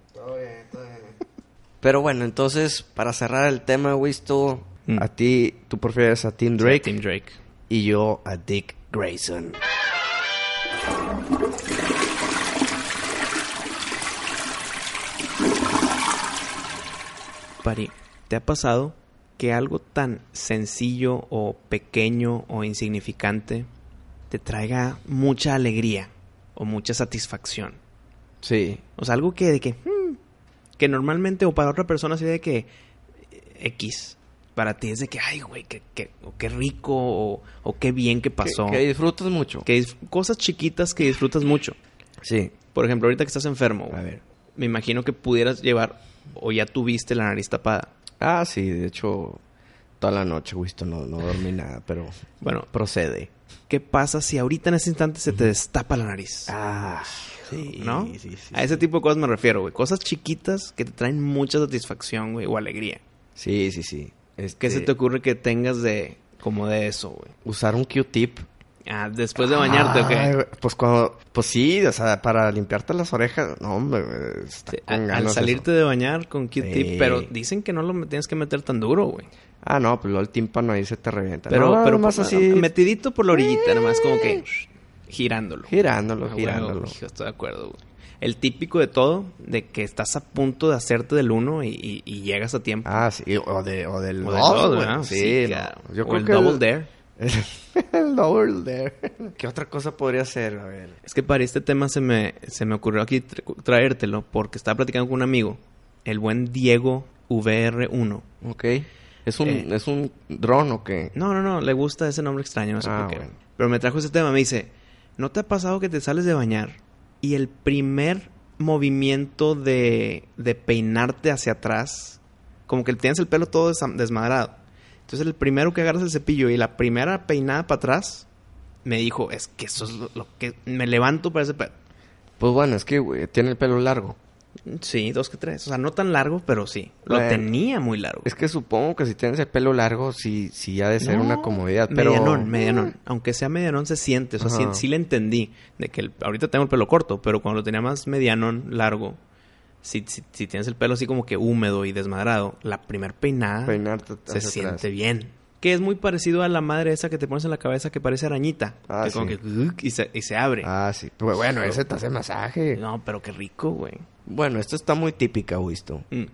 Speaker 2: Pero bueno, entonces, para cerrar el tema, Wisto,
Speaker 1: Mm.
Speaker 2: a ti, tú prefieres a Tim Drake
Speaker 1: Team Drake.
Speaker 2: y yo a Dick Grayson.
Speaker 1: Pari, ¿te ha pasado que algo tan sencillo o pequeño o insignificante te traiga mucha alegría o mucha satisfacción?
Speaker 2: Sí.
Speaker 1: O sea, algo que de que... mm, que normalmente o para otra persona sería de que... eh, X. Para ti es de que, ay, güey, que, que- o qué rico o, o qué bien que pasó.
Speaker 2: Que, disfrutas mucho.
Speaker 1: Que disf- cosas chiquitas que disfrutas mucho.
Speaker 2: Sí.
Speaker 1: Por ejemplo, ahorita que estás enfermo,
Speaker 2: A
Speaker 1: güey,
Speaker 2: ver.
Speaker 1: me imagino que pudieras llevar o ya tuviste la nariz tapada.
Speaker 2: Ah, sí, de hecho, toda la noche, Wisto, no, no dormí nada, pero
Speaker 1: Bueno,
Speaker 2: procede.
Speaker 1: ¿qué pasa si ahorita en ese instante se te destapa la nariz?
Speaker 2: Ah, sí.
Speaker 1: ¿No?
Speaker 2: Sí, sí,
Speaker 1: A ese tipo de cosas me refiero, güey. Cosas chiquitas que te traen mucha satisfacción, güey, o alegría.
Speaker 2: Sí, sí, sí. Este,
Speaker 1: ¿Qué se te ocurre que tengas de como de eso, güey?
Speaker 2: Usar un Q-tip.
Speaker 1: Ah, después de bañarte, ¿o qué?
Speaker 2: Ay, güey, Pues cuando... Pues sí, o sea, para limpiarte las orejas. No, hombre, güey, está
Speaker 1: Sí, a-
Speaker 2: con ganas
Speaker 1: al
Speaker 2: eso.
Speaker 1: salirte de bañar con Q-tip,
Speaker 2: Sí.
Speaker 1: pero dicen que no lo me- tienes que meter tan duro, güey.
Speaker 2: Ah, no, pues luego el tímpano ahí se te revienta.
Speaker 1: Pero,
Speaker 2: No,
Speaker 1: pero pues,
Speaker 2: nomás
Speaker 1: por-
Speaker 2: así...
Speaker 1: metidito por la orillita, nomás como que girándolo.
Speaker 2: Girándolo,
Speaker 1: Ah, huevo,
Speaker 2: girándolo.
Speaker 1: hijo, estoy de acuerdo, güey. El típico de todo, de que estás a punto de hacerte del uno y, y- y llegas a tiempo.
Speaker 2: Ah, sí, o, de, o del
Speaker 1: O
Speaker 2: dos,
Speaker 1: de todo,
Speaker 2: güey.
Speaker 1: ¿no?
Speaker 2: Sí,
Speaker 1: Sí,
Speaker 2: no.
Speaker 1: claro.
Speaker 2: Yo
Speaker 1: O
Speaker 2: creo
Speaker 1: el
Speaker 2: que
Speaker 1: double
Speaker 2: el-
Speaker 1: dare.
Speaker 2: el double dare. ¿Qué otra cosa podría ser? A ver.
Speaker 1: Es que para este tema se me, se me ocurrió aquí tra- traértelo porque estaba platicando con un amigo, el buen Diego VR1.
Speaker 2: Ok. ¿Es un,
Speaker 1: Eh.
Speaker 2: ¿es un dron o qué?
Speaker 1: No, no, no, le gusta ese nombre extraño, no sé
Speaker 2: Ah,
Speaker 1: por qué.
Speaker 2: bueno.
Speaker 1: Pero me trajo ese tema, me dice, ¿no te ha pasado que te sales de bañar y el primer movimiento de, de peinarte hacia atrás, como que tienes el pelo todo desam- desmadrado? Entonces el primero que agarras el cepillo y la primera peinada para atrás, me dijo, es que eso es lo, lo que me levanto para ese pelo.
Speaker 2: Pues bueno, es que güey, tiene el pelo largo.
Speaker 1: Sí, dos que tres. O sea, no tan largo, pero sí. Lo
Speaker 2: Bueno.
Speaker 1: tenía muy largo.
Speaker 2: Es que supongo que si tienes el pelo largo, sí, sí ha de ser una
Speaker 1: No,
Speaker 2: comodidad. Pero...
Speaker 1: Medianón, medianón. Aunque sea medianón, se siente. O sea, sí,
Speaker 2: Ajá.
Speaker 1: sí le entendí. De que el- ahorita tengo el pelo corto, pero cuando lo tenía más medianón, largo, si, si- si tienes el pelo así como que húmedo y desmadrado, la primer peinada
Speaker 2: Ah, Peinarte hacia
Speaker 1: se
Speaker 2: atrás.
Speaker 1: siente bien. Que es muy parecido a la madre esa que te pones en la cabeza que parece arañita.
Speaker 2: Ah,
Speaker 1: que como
Speaker 2: sí.
Speaker 1: que y se, y se abre.
Speaker 2: Ah, sí. Pues bueno, ese te hace masaje.
Speaker 1: No, pero qué rico, güey.
Speaker 2: Bueno, esto está muy típica, Wisto.
Speaker 1: Mm.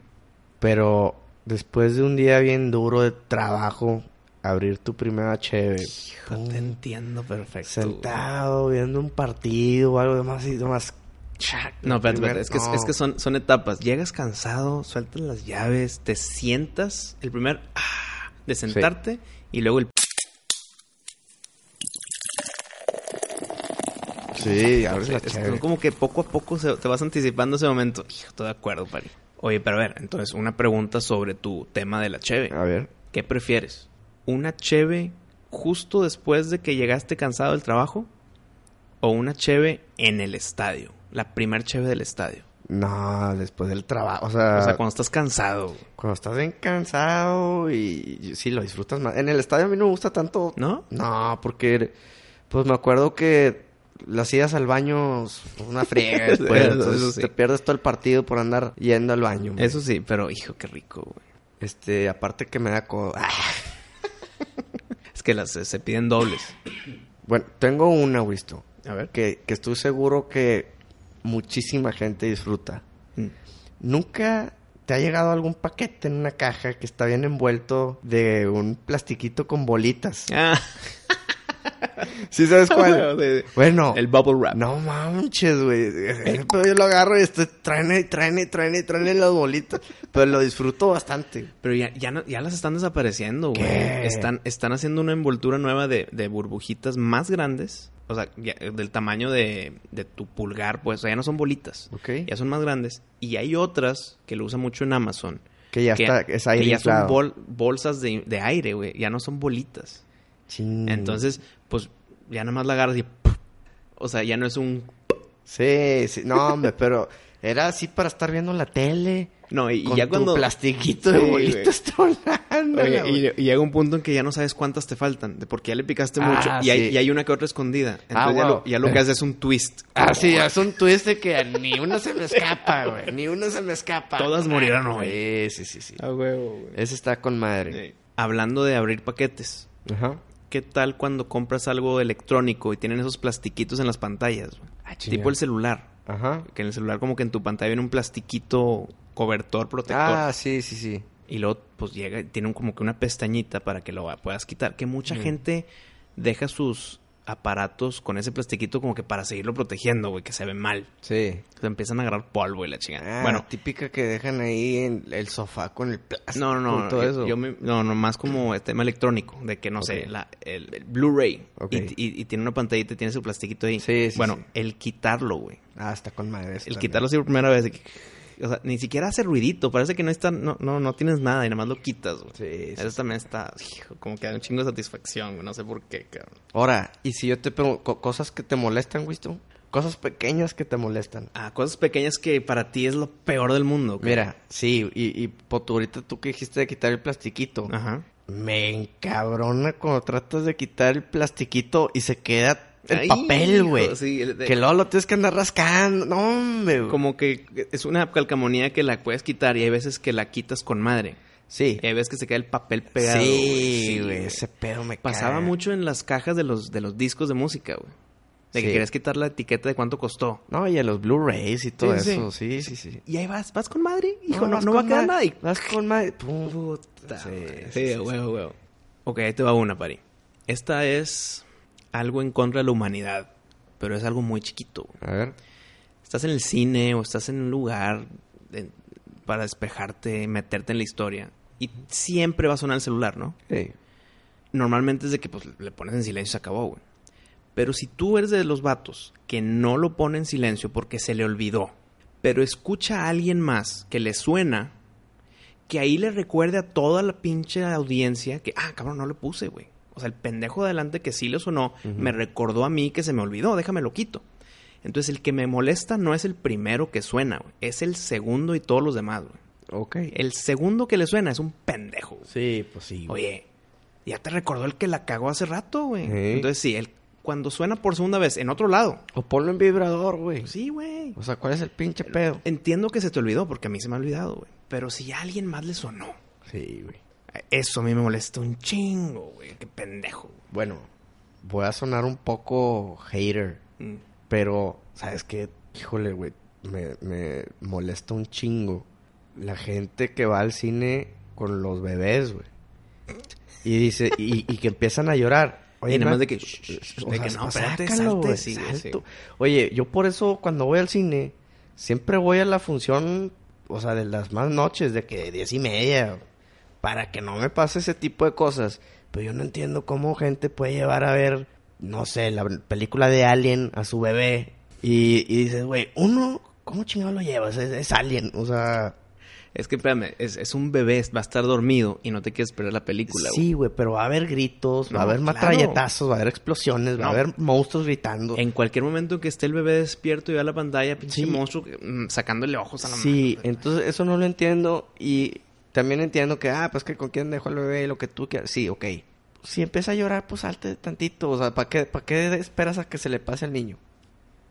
Speaker 2: Pero después de un día bien duro de trabajo, abrir tu primera cheve.
Speaker 1: Hijo, te entiendo perfecto.
Speaker 2: Sentado, viendo un partido o algo demás y demás.
Speaker 1: No, espérate,
Speaker 2: Primer-
Speaker 1: espérate, Es que,
Speaker 2: no.
Speaker 1: es que son, son etapas. Llegas cansado, sueltas las llaves, te sientas. El primer ah, de sentarte y luego el.
Speaker 2: Sí, abres la
Speaker 1: es-
Speaker 2: cheve.
Speaker 1: son como que poco a poco se- te vas anticipando ese momento. Hijo, estoy de acuerdo, Pari. Oye, pero a ver, entonces una pregunta sobre tu tema de la cheve.
Speaker 2: A ver.
Speaker 1: ¿Qué prefieres? ¿Una cheve justo después de que llegaste cansado del trabajo? o una cheve en el estadio. La primer cheve del estadio.
Speaker 2: No, después del trabajo. O sea,
Speaker 1: O sea,
Speaker 2: cuando...
Speaker 1: cuando estás cansado,
Speaker 2: estás bien cansado y, y sí lo disfrutas más. En el estadio a mí no me gusta tanto.
Speaker 1: ¿no?
Speaker 2: No, porque pues me acuerdo que las idas al baño son una friega después.
Speaker 1: Eso
Speaker 2: entonces
Speaker 1: sí.
Speaker 2: te pierdes todo el partido por andar yendo al baño. güey.
Speaker 1: Eso sí, pero hijo, qué rico, güey.
Speaker 2: Este, aparte que me da co- ¡Ah!
Speaker 1: Es que las eh, se piden dobles.
Speaker 2: Bueno, tengo una, Wisto,
Speaker 1: A ver.
Speaker 2: que, que estoy seguro que muchísima gente disfruta. ¿Nunca te ha llegado algún paquete en una caja que está bien envuelto de un plastiquito con bolitas?
Speaker 1: Ah,
Speaker 2: ¿Sí sabes
Speaker 1: bueno,
Speaker 2: cuál?
Speaker 1: de-
Speaker 2: Bueno,
Speaker 1: el Eh. bubble wrap.
Speaker 2: no manches, güey. El pedo yo lo agarro y estoy traen y traen y traen y traen las bolitas. Pero lo disfruto bastante.
Speaker 1: Pero ya, ya, no- ya las están desapareciendo, güey.
Speaker 2: ¿Qué?
Speaker 1: Están, están haciendo una envoltura nueva de, de burbujitas más grandes. O sea, ya- del tamaño de, de tu pulgar, pues. O sea, ya no son bolitas.
Speaker 2: ¿Ok?
Speaker 1: Ya son más grandes. Y hay otras que lo usa mucho en Amazon.
Speaker 2: Que ya
Speaker 1: que-
Speaker 2: está, es aire
Speaker 1: que ya son
Speaker 2: inflado.
Speaker 1: bol- bolsas de, de aire, güey. Ya no son bolitas.
Speaker 2: Chin.
Speaker 1: Entonces, pues, ya nada más la agarras y... ¡puf! O sea, ya no es un...
Speaker 2: Sí, sí. No, hombre, pero era así para estar viendo la tele.
Speaker 1: No, y, y
Speaker 2: con
Speaker 1: ya
Speaker 2: tu
Speaker 1: cuando...
Speaker 2: plastiquito de
Speaker 1: Sí,
Speaker 2: bolitas tronando.
Speaker 1: Oye, y, y llega un punto en que ya no sabes cuántas te faltan, de- porque ya le picaste
Speaker 2: Ah,
Speaker 1: mucho y, hay,
Speaker 2: sí.
Speaker 1: y hay una que otra escondida. Entonces
Speaker 2: Ah,
Speaker 1: ya,
Speaker 2: wow.
Speaker 1: lo, ya lo que haces es un twist.
Speaker 2: Ah, sí, es un twist de que ni una se me escapa, güey. Ni una se me escapa.
Speaker 1: Todas morirán hoy.
Speaker 2: Sí, sí, sí, sí.
Speaker 1: huevo,
Speaker 2: Ese está con madre.
Speaker 1: Hablando de abrir paquetes,
Speaker 2: Ajá.
Speaker 1: ¿qué tal cuando compras algo electrónico y tienen esos plastiquitos en las pantallas? güey?
Speaker 2: chinga.
Speaker 1: tipo el celular.
Speaker 2: Ajá.
Speaker 1: Que en el celular como que en tu pantalla viene un plastiquito cobertor, protector.
Speaker 2: Ah, sí, sí, sí.
Speaker 1: Y luego, pues llega, y tiene un- como que una pestañita para que lo va- puedas quitar. Que mucha gente deja sus aparatos con ese plastiquito como que para seguirlo protegiendo, güey, que se ve mal.
Speaker 2: Sí.
Speaker 1: Se empiezan a agarrar polvo y la chingada.
Speaker 2: Ah,
Speaker 1: bueno,
Speaker 2: típica que dejan ahí en el sofá con el plástico.
Speaker 1: no, no,
Speaker 2: y
Speaker 1: no.
Speaker 2: todo
Speaker 1: yo-
Speaker 2: eso.
Speaker 1: yo me- no, no, más como el tema electrónico, de que no sé,
Speaker 2: Ok.
Speaker 1: la- el, el Blu-ray.
Speaker 2: Ok.
Speaker 1: Y, y- y tiene una pantallita y tiene su plastiquito ahí.
Speaker 2: Sí, sí,
Speaker 1: bueno,
Speaker 2: sí.
Speaker 1: el quitarlo, güey.
Speaker 2: Ah, está con madre. eso
Speaker 1: El
Speaker 2: también.
Speaker 1: quitarlo así por primera vez. de que- o sea, ni siquiera hace ruidito. Parece que no está, no, no, no tienes nada y nada más lo quitas, güey.
Speaker 2: Sí, sí.
Speaker 1: Eso también está, hijo, como que da un chingo de satisfacción, güey. No sé por qué, cabrón.
Speaker 2: Ahora, ¿y si yo te pregunto co- cosas que te molestan, Wisto? Cosas pequeñas que te molestan.
Speaker 1: Ah, cosas pequeñas que para ti es lo peor del mundo. cabrón.
Speaker 2: Mira, sí, y, y por tu- ahorita tú que dijiste de quitar el plastiquito.
Speaker 1: Ajá.
Speaker 2: Me encabrona cuando tratas de quitar el plastiquito y se queda el
Speaker 1: Ay,
Speaker 2: papel,
Speaker 1: hijo,
Speaker 2: güey.
Speaker 1: sí, el de-
Speaker 2: Que luego lo tienes que andar rascando. No, hombre. güey.
Speaker 1: Como que es una calcamonía que la puedes quitar y hay veces que la quitas con madre.
Speaker 2: Sí.
Speaker 1: Y hay veces que se queda el papel pegado. güey.
Speaker 2: sí,
Speaker 1: Sí,
Speaker 2: güey. Ese pedo me
Speaker 1: Pasaba
Speaker 2: caga.
Speaker 1: mucho en las cajas de los, de los discos de música, güey. De que
Speaker 2: Sí.
Speaker 1: querías quitar la etiqueta de cuánto costó.
Speaker 2: No, y a los Blu-rays y todo
Speaker 1: Sí, sí,
Speaker 2: eso. Sí, sí, sí.
Speaker 1: Y ahí vas, vas con madre, hijo, no,
Speaker 2: vas
Speaker 1: no, va a
Speaker 2: con
Speaker 1: quedar
Speaker 2: madre-
Speaker 1: nada. Y
Speaker 2: Vas con madre. Puta.
Speaker 1: Sí,
Speaker 2: madre,
Speaker 1: sí,
Speaker 2: sí, sí.
Speaker 1: huevo, huevo. Ok, ahí te va una, Pari. Esta es algo en contra de la humanidad, pero es algo muy chiquito. güey.
Speaker 2: A ver.
Speaker 1: Estás en el cine o estás en un lugar de- para despejarte, meterte en la historia. Y siempre va a sonar el celular, ¿no?
Speaker 2: Sí.
Speaker 1: Normalmente es de que pues, le pones en silencio y se acabó, güey. Pero si tú eres de los vatos que no lo pone en silencio porque se le olvidó, pero escucha a alguien más que le suena, que ahí le recuerde a toda la pinche audiencia que, ah, cabrón, no le puse, güey. O sea, el pendejo de adelante que sí le sonó, me recordó a mí que se me olvidó, déjame lo quito. Entonces, el que me molesta no es el primero que suena, güey. Es el segundo y todos los demás, güey.
Speaker 2: Ok.
Speaker 1: El segundo que le suena es un pendejo, güey.
Speaker 2: Sí, pues sí. güey.
Speaker 1: Oye, ya te recordó el que la cagó hace rato, güey.
Speaker 2: Sí.
Speaker 1: Entonces, sí, el, cuando suena por segunda vez en otro lado. pues
Speaker 2: O ponlo en vibrador, güey.
Speaker 1: Sí, güey.
Speaker 2: O sea, ¿cuál es el pinche pedo?
Speaker 1: Entiendo que se te olvidó porque a mí se me ha olvidado, güey. Pero si a alguien más le sonó.
Speaker 2: Sí, güey.
Speaker 1: Eso a mí me molesta un chingo, güey. Qué pendejo.
Speaker 2: Bueno, voy a sonar un poco hater,
Speaker 1: Mm.
Speaker 2: pero, ¿sabes qué? Híjole, güey, me, me molesta un chingo la gente que va al cine con los bebés, güey. Y dice, y, y que empiezan a llorar.
Speaker 1: Y nada
Speaker 2: ma-
Speaker 1: más de que,
Speaker 2: o
Speaker 1: de
Speaker 2: sea,
Speaker 1: que no,
Speaker 2: pa-
Speaker 1: espérate,
Speaker 2: sácalo,
Speaker 1: salte,
Speaker 2: güey,
Speaker 1: sí,
Speaker 2: salto.
Speaker 1: sí.
Speaker 2: Oye, yo por eso cuando voy al cine, siempre voy a la función, o sea, de las más noches, de que diez y media, para que no me pase ese tipo de cosas. Pero yo no entiendo cómo gente puede llevar a ver, no sé, la película de Alien a su bebé. Y, y dices, güey, uno, ¿cómo chingado lo llevas? Es, es Alien, o sea...
Speaker 1: Es que, espérame, es, es un bebé, va a estar dormido y no te quieres perder la película, güey.
Speaker 2: Sí, güey, pero va a haber gritos, va a
Speaker 1: No,
Speaker 2: haber
Speaker 1: claro.
Speaker 2: matralletazos, va a haber explosiones, va a
Speaker 1: No.
Speaker 2: haber monstruos gritando.
Speaker 1: En cualquier momento que esté el bebé despierto y vea la pantalla, pinche
Speaker 2: Sí.
Speaker 1: monstruo mm, sacándole ojos a la
Speaker 2: Sí,
Speaker 1: madre.
Speaker 2: entonces eso no lo entiendo y también entiendo que, ah, pues que con quién dejó el bebé y lo que tú quieras. Sí, ok. Si empieza a llorar, pues salte tantito. O sea, ¿para qué, para qué esperas a que se le pase al niño?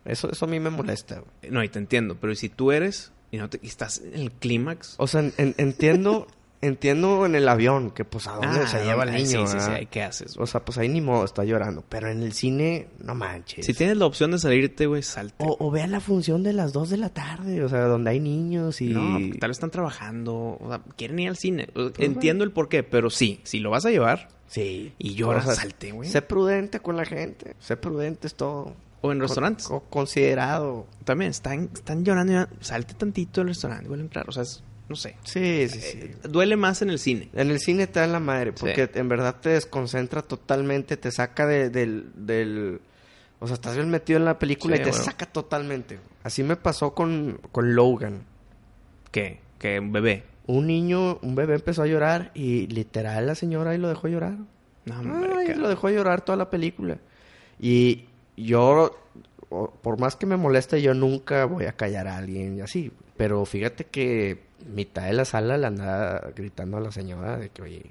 Speaker 2: Eso, eso a mí me molesta. güey.
Speaker 1: No, y te entiendo, pero si tú eres y no te y estás en el clímax.
Speaker 2: O sea, en- en- entiendo, entiendo en el avión que pues a dónde
Speaker 1: Ah,
Speaker 2: se lleva el
Speaker 1: ay,
Speaker 2: niño.
Speaker 1: Sí, sí, sí,
Speaker 2: ¿verdad?
Speaker 1: ay, ¿qué haces?
Speaker 2: O sea, pues ahí ni modo, está llorando. Pero en el cine, no manches.
Speaker 1: Si tienes la opción de salirte, güey, salte.
Speaker 2: O, o vea la función de las 2 de la tarde, o sea, donde hay niños y...
Speaker 1: No, pues, porque tal vez están trabajando, o sea, quieren ir al cine. O sea, Entiendo el porqué, pero sí, si lo vas a llevar,
Speaker 2: Sí.
Speaker 1: Y llora, salte, güey.
Speaker 2: Sé prudente con la gente. Sé prudente es todo.
Speaker 1: o en
Speaker 2: Con-
Speaker 1: restaurantes,
Speaker 2: co- considerado.
Speaker 1: también están, están llorando, llorando, salte tantito del restaurante, vuelven claro, o sea, es- no sé. Eh,
Speaker 2: Sí, sí, sí.
Speaker 1: Duele más en el cine.
Speaker 2: Eh, en el cine te da la madre, porque en verdad te desconcentra totalmente, te saca de- del, del... O sea, estás bien metido en la película
Speaker 1: Sí,
Speaker 2: y te
Speaker 1: güey.
Speaker 2: saca totalmente. Así me pasó con, con Logan.
Speaker 1: ¿Qué? Que un bebé.
Speaker 2: Un niño, un bebé empezó a llorar y literal la señora ahí lo dejó llorar.
Speaker 1: No,
Speaker 2: Ay,
Speaker 1: hombre, cara.
Speaker 2: lo dejó llorar toda la película. Y yo, o- por más que me moleste, yo nunca voy a callar a alguien y así. Pero fíjate que mitad de la sala le andaba gritando a la señora de que, oye,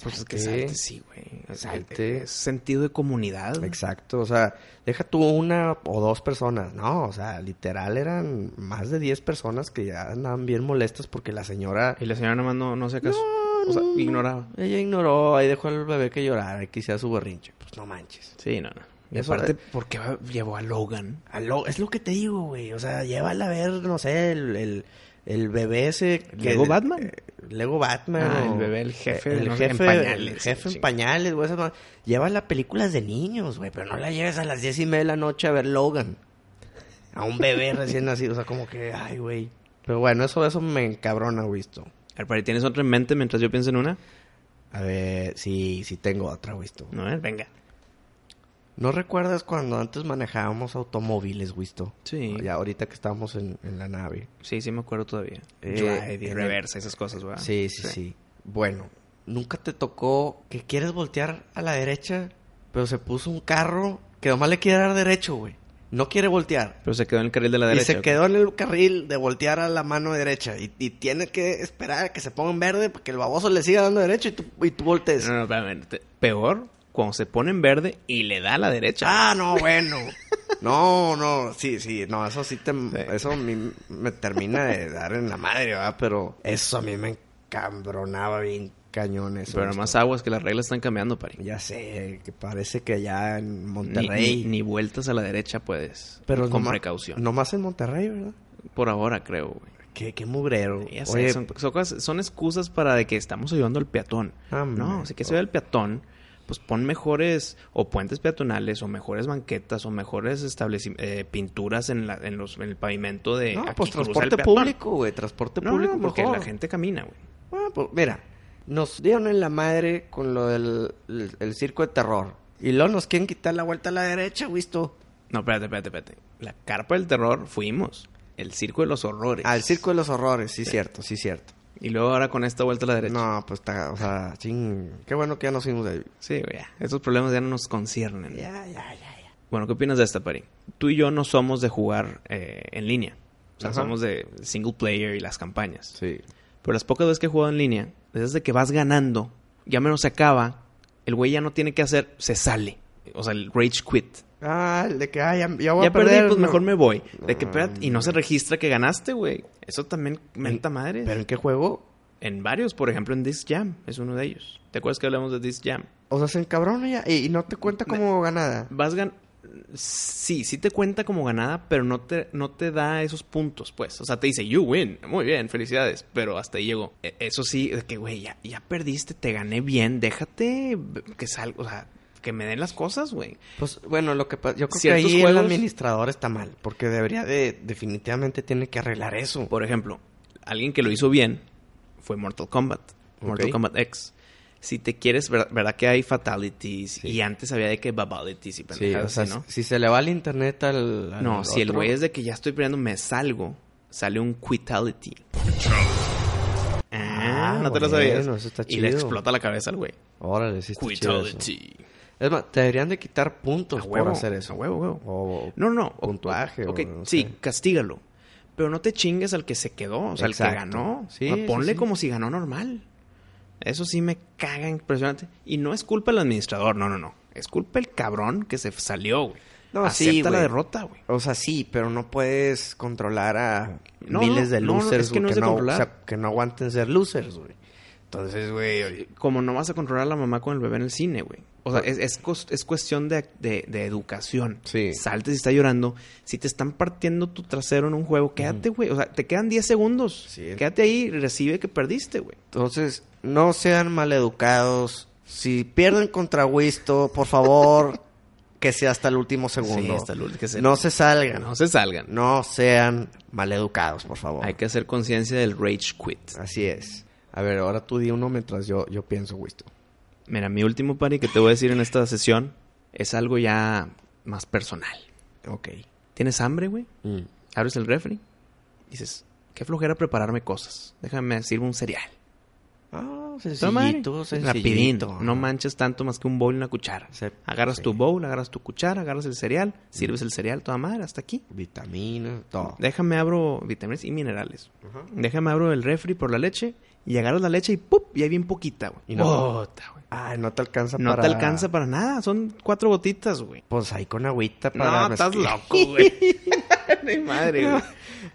Speaker 1: Pues es que
Speaker 2: salte.
Speaker 1: salte, sí, güey.
Speaker 2: Salte.
Speaker 1: Salte. Es sentido de comunidad. güey.
Speaker 2: Exacto, o sea, deja tú una o dos personas. No, o sea, literal eran más de 10 personas que ya andaban bien molestas porque la señora... este
Speaker 1: Y la señora nomás no, no se acaso. o sea,
Speaker 2: no, no.
Speaker 1: ignoraba.
Speaker 2: Ella ignoró, ahí dejó al bebé que llorara, que hiciera su berrinche. Pues no manches.
Speaker 1: Sí, no, no. Y
Speaker 2: Eso-
Speaker 1: aparte, ¿por qué va- llevó a Logan?
Speaker 2: A lo- es lo que te digo, güey. O sea, llévala a ver, no sé, el, el, el bebé ese. que-
Speaker 1: ¿Lego Batman?
Speaker 2: eh, Lego Batman.
Speaker 1: Ah,
Speaker 2: o-
Speaker 1: el bebé, el jefe,
Speaker 2: El
Speaker 1: ¿no?
Speaker 2: jefe
Speaker 1: En pañales,
Speaker 2: El jefe en
Speaker 1: sí.
Speaker 2: pañales, güey. esas mamadas. Llévala a películas de niños, güey. Pero no la lleves a las diez y media de la noche a ver Logan. A un bebé recién nacido. O sea, como que, ay, güey. Pero bueno, eso, eso me encabrona, güey. esto.
Speaker 1: A ver, Pari, ¿tienes otra en mente mientras yo pienso en una?
Speaker 2: A ver, sí, sí tengo otra, güey. esto.
Speaker 1: No, a ver, venga.
Speaker 2: ¿No recuerdas cuando antes manejábamos automóviles, Wisto?
Speaker 1: Sí.
Speaker 2: Ya ahorita que estábamos en, en la nave.
Speaker 1: Oh, Sí, sí me acuerdo todavía.
Speaker 2: Eh,
Speaker 1: Drive y
Speaker 2: en-
Speaker 1: reversa, esas cosas, ¿verdad?
Speaker 2: Sí, sí, sí, Bueno, nunca te tocó que quieres voltear a la derecha, pero se puso un carro que nomás le quiere dar derecho, güey. No quiere voltear.
Speaker 1: Pero se quedó en el carril de la
Speaker 2: y
Speaker 1: derecha.
Speaker 2: se
Speaker 1: ¿ok?
Speaker 2: quedó en el carril de voltear a la mano derecha. Y, y tiene que esperar a que se ponga en verde para que el baboso le siga dando derecho y tú, y tú voltees.
Speaker 1: No, no, espérame, te- Peor cuando se pone en verde y le da a la derecha.
Speaker 2: Ah, no, bueno. No, no, sí, sí, no, eso sí te, eso a mí me termina de dar en la madre, ¿verdad? Pero eso a mí me encabronaba bien cañón eso.
Speaker 1: Pero más aguas que las reglas están cambiando, Pari.
Speaker 2: Ya sé, que parece que allá en
Speaker 1: Ni,
Speaker 2: Monterrey.
Speaker 1: ni- ni vueltas a la derecha puedes.
Speaker 2: pero
Speaker 1: con
Speaker 2: nomás-
Speaker 1: precaución.
Speaker 2: Nomás en Monterrey, ¿verdad?
Speaker 1: Por ahora, creo, güey.
Speaker 2: Qué, qué mugrero.
Speaker 1: Ya sé,
Speaker 2: Oye,
Speaker 1: son, son cosas- son excusas para de que estamos ayudando al peatón.
Speaker 2: Ah,
Speaker 1: no,
Speaker 2: man.
Speaker 1: si quieres ayudar al peatón, pues pon mejores o puentes peatonales o mejores banquetas o mejores establecim- eh, pinturas en, la, en, los, en el pavimento de...
Speaker 2: no,
Speaker 1: aquí
Speaker 2: pues
Speaker 1: cruza el
Speaker 2: transporte
Speaker 1: peatón.
Speaker 2: público, güey, transporte
Speaker 1: No,
Speaker 2: público
Speaker 1: no, porque
Speaker 2: mejor.
Speaker 1: la gente camina, güey.
Speaker 2: Ah, pues, mira, nos dieron en la madre con lo del el- el circo de terror. Y luego nos quieren quitar la vuelta a la derecha, visto.
Speaker 1: No, espérate, espérate, espérate. La carpa del terror fuimos. El circo de los horrores.
Speaker 2: Al circo de los horrores, sí, cierto, sí, cierto.
Speaker 1: Y luego ahora con esta vuelta a la derecha.
Speaker 2: No, pues está, o sea, ching. Qué bueno que ya nos fuimos de ahí.
Speaker 1: Sí, güey. ya. Estos problemas ya no nos conciernen.
Speaker 2: Ya, ya, ya, ya.
Speaker 1: Bueno, ¿qué opinas de esta, Pari? Tú y yo no somos de jugar eh, en línea. O sea,
Speaker 2: Ajá.
Speaker 1: somos de single player y las campañas.
Speaker 2: Sí.
Speaker 1: Pero las pocas veces que he jugado en línea, desde que vas ganando, ya menos se acaba, el güey ya no tiene que hacer, se sale. O sea, el rage quit.
Speaker 2: Ah, el de que, ah, ya, ya voy
Speaker 1: ya
Speaker 2: a perder.
Speaker 1: perdí, pues
Speaker 2: no.
Speaker 1: mejor me voy. De que, espérate, y no se registra que ganaste, güey. Eso también menta madre.
Speaker 2: ¿Pero en qué juego?
Speaker 1: En varios, por ejemplo, en This Jam es uno de ellos. ¿Te acuerdas que hablamos de This Jam?
Speaker 2: O sea, se encabrona ya y, y no te cuenta como ganada.
Speaker 1: Vas gan sí, sí te cuenta como ganada, pero no te, no te da esos puntos, pues. O sea, te dice, you win, muy bien, felicidades, pero hasta ahí llegó. E- Eso sí, de que, güey, ya, ya perdiste, te gané bien, déjate b- que salga, o sea, que me den las cosas, güey.
Speaker 2: Pues bueno, lo que pa- yo creo
Speaker 1: Ciertos
Speaker 2: que ahí
Speaker 1: juegos-
Speaker 2: el administrador está mal, porque debería de definitivamente tiene que arreglar eso.
Speaker 1: Por ejemplo, alguien que lo hizo bien fue Mortal Kombat, Mortal
Speaker 2: Ok.
Speaker 1: Kombat X. Si te quieres, ver- ¿verdad que hay fatalities? Y antes había de que babalities y
Speaker 2: Sí, o
Speaker 1: pendejadas
Speaker 2: sea,
Speaker 1: así, ¿no?
Speaker 2: si se le va el internet al, al
Speaker 1: No, si el
Speaker 2: otro-
Speaker 1: güey es de que ya estoy peleando, me salgo, sale un quitality. Ah,
Speaker 2: Ah,
Speaker 1: no te lo
Speaker 2: bueno,
Speaker 1: sabías.
Speaker 2: eso está
Speaker 1: Y le
Speaker 2: chido.
Speaker 1: explota la cabeza al güey.
Speaker 2: Órale, sí está chido eso.
Speaker 1: Quitality.
Speaker 2: Es más, te deberían de quitar puntos
Speaker 1: A huevo,
Speaker 2: por hacer eso.
Speaker 1: a huevo, a huevo.
Speaker 2: O-
Speaker 1: No, no, no. O-
Speaker 2: Puntuaje,
Speaker 1: Ok,
Speaker 2: o no
Speaker 1: sí,
Speaker 2: sé.
Speaker 1: castígalo. Pero no te chingues al que se quedó, o sea, al que
Speaker 2: Exacto.
Speaker 1: ganó.
Speaker 2: Sí,
Speaker 1: O sea,
Speaker 2: sí,
Speaker 1: ponle
Speaker 2: sí.
Speaker 1: como si ganó normal. Eso sí me caga impresionante. Y no es culpa del administrador, no, no, no. Es culpa del cabrón que se salió, güey.
Speaker 2: No, sí,
Speaker 1: Acepta la
Speaker 2: güey.
Speaker 1: derrota, güey.
Speaker 2: O sea, sí, pero no puedes controlar a
Speaker 1: No,
Speaker 2: miles
Speaker 1: no,
Speaker 2: de
Speaker 1: no, no,
Speaker 2: losers
Speaker 1: es que
Speaker 2: güey,
Speaker 1: no es de controlar.
Speaker 2: que no aguanten ser losers, güey. Entonces, güey,
Speaker 1: Como no vas a controlar a la mamá con el bebé en el cine, güey. O
Speaker 2: Ah.
Speaker 1: sea, es, es, cos- es cuestión de, de- de educación.
Speaker 2: Sí.
Speaker 1: Salte si está llorando. Si te están partiendo tu trasero en un juego, quédate, güey. O sea, te quedan 10 segundos.
Speaker 2: Sí.
Speaker 1: Quédate ahí y recibe que perdiste, güey.
Speaker 2: entonces no sean maleducados. Si pierden contra Wisto, por favor, que sea hasta el último segundo.
Speaker 1: hasta el último, que se-
Speaker 2: No se salgan.
Speaker 1: No se salgan.
Speaker 2: No sean maleducados, por favor.
Speaker 1: Hay que hacer conciencia del rage quit.
Speaker 2: Así es. A ver, ahora tú di uno mientras yo, yo pienso, Wisto.
Speaker 1: Mira, mi último pari que te voy a decir en esta sesión es algo ya más personal.
Speaker 2: Ok.
Speaker 1: ¿Tienes hambre, güey? Abres el refri. Dices, qué flojera prepararme cosas. Déjame sirvo un cereal.
Speaker 2: Ah,
Speaker 1: Toda madre.
Speaker 2: sencillito,
Speaker 1: Rapidín.
Speaker 2: sencillito.
Speaker 1: No manches tanto más que un bowl y una cuchara.
Speaker 2: Se-
Speaker 1: agarras
Speaker 2: sí.
Speaker 1: tu bowl, agarras tu cuchara, agarras el cereal, sirves el cereal toda madre hasta aquí.
Speaker 2: Vitamina, todo.
Speaker 1: Déjame abro vitaminas y minerales. Déjame abro el refri por la leche y agarras la leche y ¡pup! Y hay bien poquita, güey.
Speaker 2: Y no-
Speaker 1: Bota, güey.
Speaker 2: Ay, no te alcanza
Speaker 1: No
Speaker 2: para...
Speaker 1: te alcanza para nada, son cuatro gotitas, güey.
Speaker 2: Pues ahí con agüita para...
Speaker 1: No, estás
Speaker 2: mezclar.
Speaker 1: loco, güey. Ni madre, güey.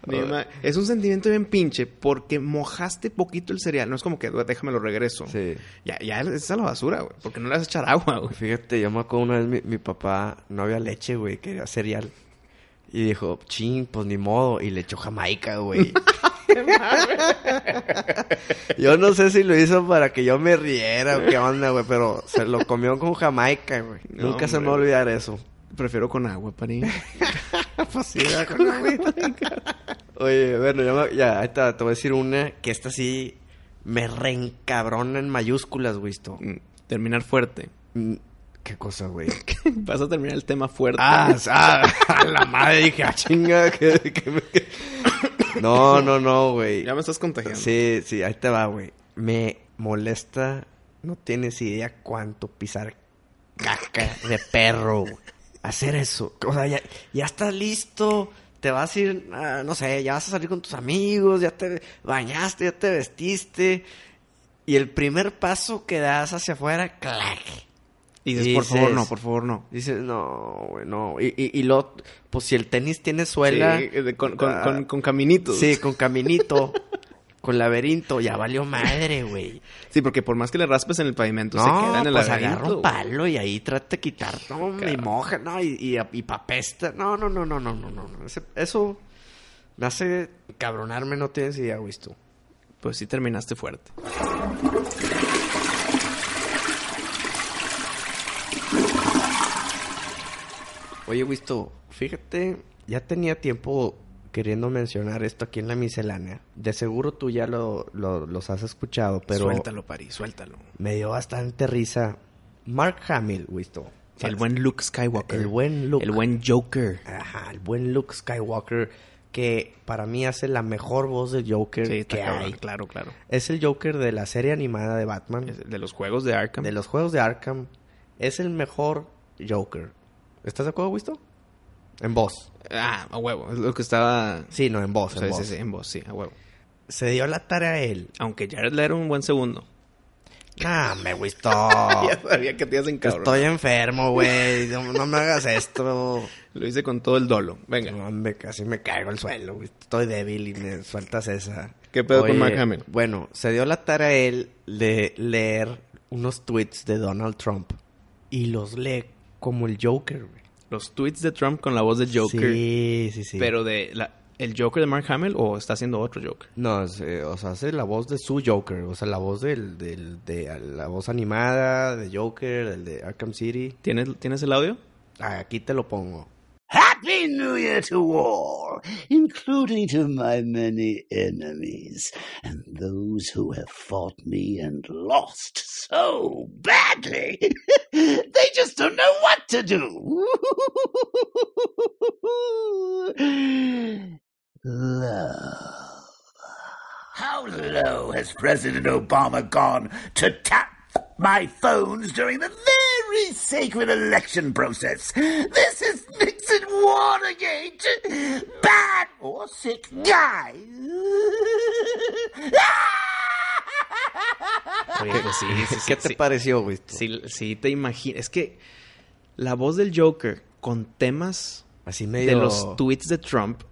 Speaker 1: Ni ma- Es un sentimiento bien pinche porque mojaste poquito el cereal. No es como que "Dua, déjame lo regreso.
Speaker 2: Sí.
Speaker 1: Ya, ya es a la basura, güey. Porque no le vas a echar agua, güey.
Speaker 2: Pues Fíjate, yo me acuerdo una vez mi, mi papá no había leche, güey, quería cereal. Y dijo, ching, pues ni modo. Y le echó jamaica, güey. yo no sé si lo hizo para que yo me riera o qué onda, güey. Pero se lo comió con jamaica, güey.
Speaker 1: No,
Speaker 2: Nunca se me va a
Speaker 1: hombre.
Speaker 2: olvidar eso.
Speaker 1: Prefiero con agua, parí.
Speaker 2: Pues sí, ¿verdad? Con agüita. Oye, bueno, ya, me- ya, ahí está, te voy a decir una que esta sí me reencabrona en mayúsculas, güey. esto.
Speaker 1: Mm, Terminar fuerte.
Speaker 2: Mm, ¿Qué cosa, güey?
Speaker 1: Vas a terminar el tema fuerte.
Speaker 2: ah, ah, a la madre dije, ah, chinga. que- que me- que- No, no, no, güey.
Speaker 1: ya me estás contagiando.
Speaker 2: Sí, sí, ahí te va, güey. Me molesta, no tienes idea cuánto pisar caca de perro, güey. Hacer eso. O sea, ya, ya estás listo. Te vas a ir, ah, no sé, ya vas a salir con tus amigos, ya te bañaste, ya te vestiste. Y el primer paso que das hacia afuera, clac.
Speaker 1: Y dices, por favor,
Speaker 2: Dices-
Speaker 1: no, por favor, no.
Speaker 2: Dices, no, güey, no. Y, y, y lo, pues si el tenis tiene suela.
Speaker 1: Sí, eh, de- con, con-
Speaker 2: ah,
Speaker 1: con- con caminitos.
Speaker 2: Sí, con caminito, con laberinto, ya valió madre, güey.
Speaker 1: Sí, porque por más que le raspes en el pavimento,
Speaker 2: No,
Speaker 1: se queda en el
Speaker 2: pues
Speaker 1: laberinto,
Speaker 2: agarra un
Speaker 1: güey.
Speaker 2: palo y ahí trata de quitar, no, hombre, y moja, no, y, y, y papesta. No, no, no, no, no, no, no. no. Ese- eso me hace cabronarme, no tienes idea, güey, tú.
Speaker 1: Pues sí terminaste fuerte.
Speaker 2: Oye, Wisto, fíjate, ya tenía tiempo queriendo mencionar esto aquí en la miscelánea. De seguro tú ya lo, lo- los has escuchado, pero
Speaker 1: Suéltalo, Pari, suéltalo.
Speaker 2: me dio bastante risa. Mark Hamill, Wisto.
Speaker 1: El buen Luke Skywalker.
Speaker 2: El buen Luke.
Speaker 1: El buen Joker.
Speaker 2: Ajá, el buen Luke Skywalker, que para mí hace la mejor voz del Joker
Speaker 1: Sí, está
Speaker 2: que
Speaker 1: cabrón,
Speaker 2: hay.
Speaker 1: claro, claro.
Speaker 2: Es el Joker de la serie animada de Batman,
Speaker 1: Mm. Es De los juegos de Arkham.
Speaker 2: de los juegos de Arkham. Es el mejor Joker. ¿Estás de acuerdo, Wisto? En voz.
Speaker 1: Ah, a huevo. Es lo que estaba...
Speaker 2: Sí, no, en
Speaker 1: O
Speaker 2: voz.
Speaker 1: sea,
Speaker 2: en
Speaker 1: sí,
Speaker 2: voz.
Speaker 1: sí, en voz, sí, a huevo.
Speaker 2: Se dio la tarea a él.
Speaker 1: Aunque Jared Leto un buen segundo.
Speaker 2: Ah, me gustó.
Speaker 1: Ya sabía que te hacen cabrón.
Speaker 2: Estoy enfermo, güey. No, no me hagas esto.
Speaker 1: Lo hice con todo el dolo. Venga.
Speaker 2: No, hombre, casi me caigo al suelo, güey. Estoy débil y me sueltas esa.
Speaker 1: ¿Qué pedo con Mark Hamill?
Speaker 2: Bueno, se dio la tarea a él de leer unos tweets de Donald Trump. Y los lee como el Joker, güey.
Speaker 1: Los tweets de Trump con la voz del Joker.
Speaker 2: Sí, sí, sí.
Speaker 1: Pero de la- el Joker de Mark Hamill o está haciendo otro Joker.
Speaker 2: No, es, eh, o sea, hace la voz de su Joker, o sea, la voz del, del, de a- la voz animada de Joker, el de Arkham City.
Speaker 1: ¿Tienes, ¿tienes el audio?
Speaker 2: Aquí te lo pongo.
Speaker 3: Happy New Year to all, including to my many enemies and those who have fought me and lost so badly. they just don't know what to do. love. How love. so has President Obama gone to tap my phones during the very sacred election process. This is Nixon Watergate. Bad or sick guy.
Speaker 1: Oye, pues sí, sí, sí,
Speaker 2: ¿Qué te
Speaker 1: sí.
Speaker 2: pareció, güey?
Speaker 1: Sí, sí te imaginas. Es que la voz del Joker con temas
Speaker 2: Así
Speaker 1: de
Speaker 2: medio...
Speaker 1: los tweets de Trump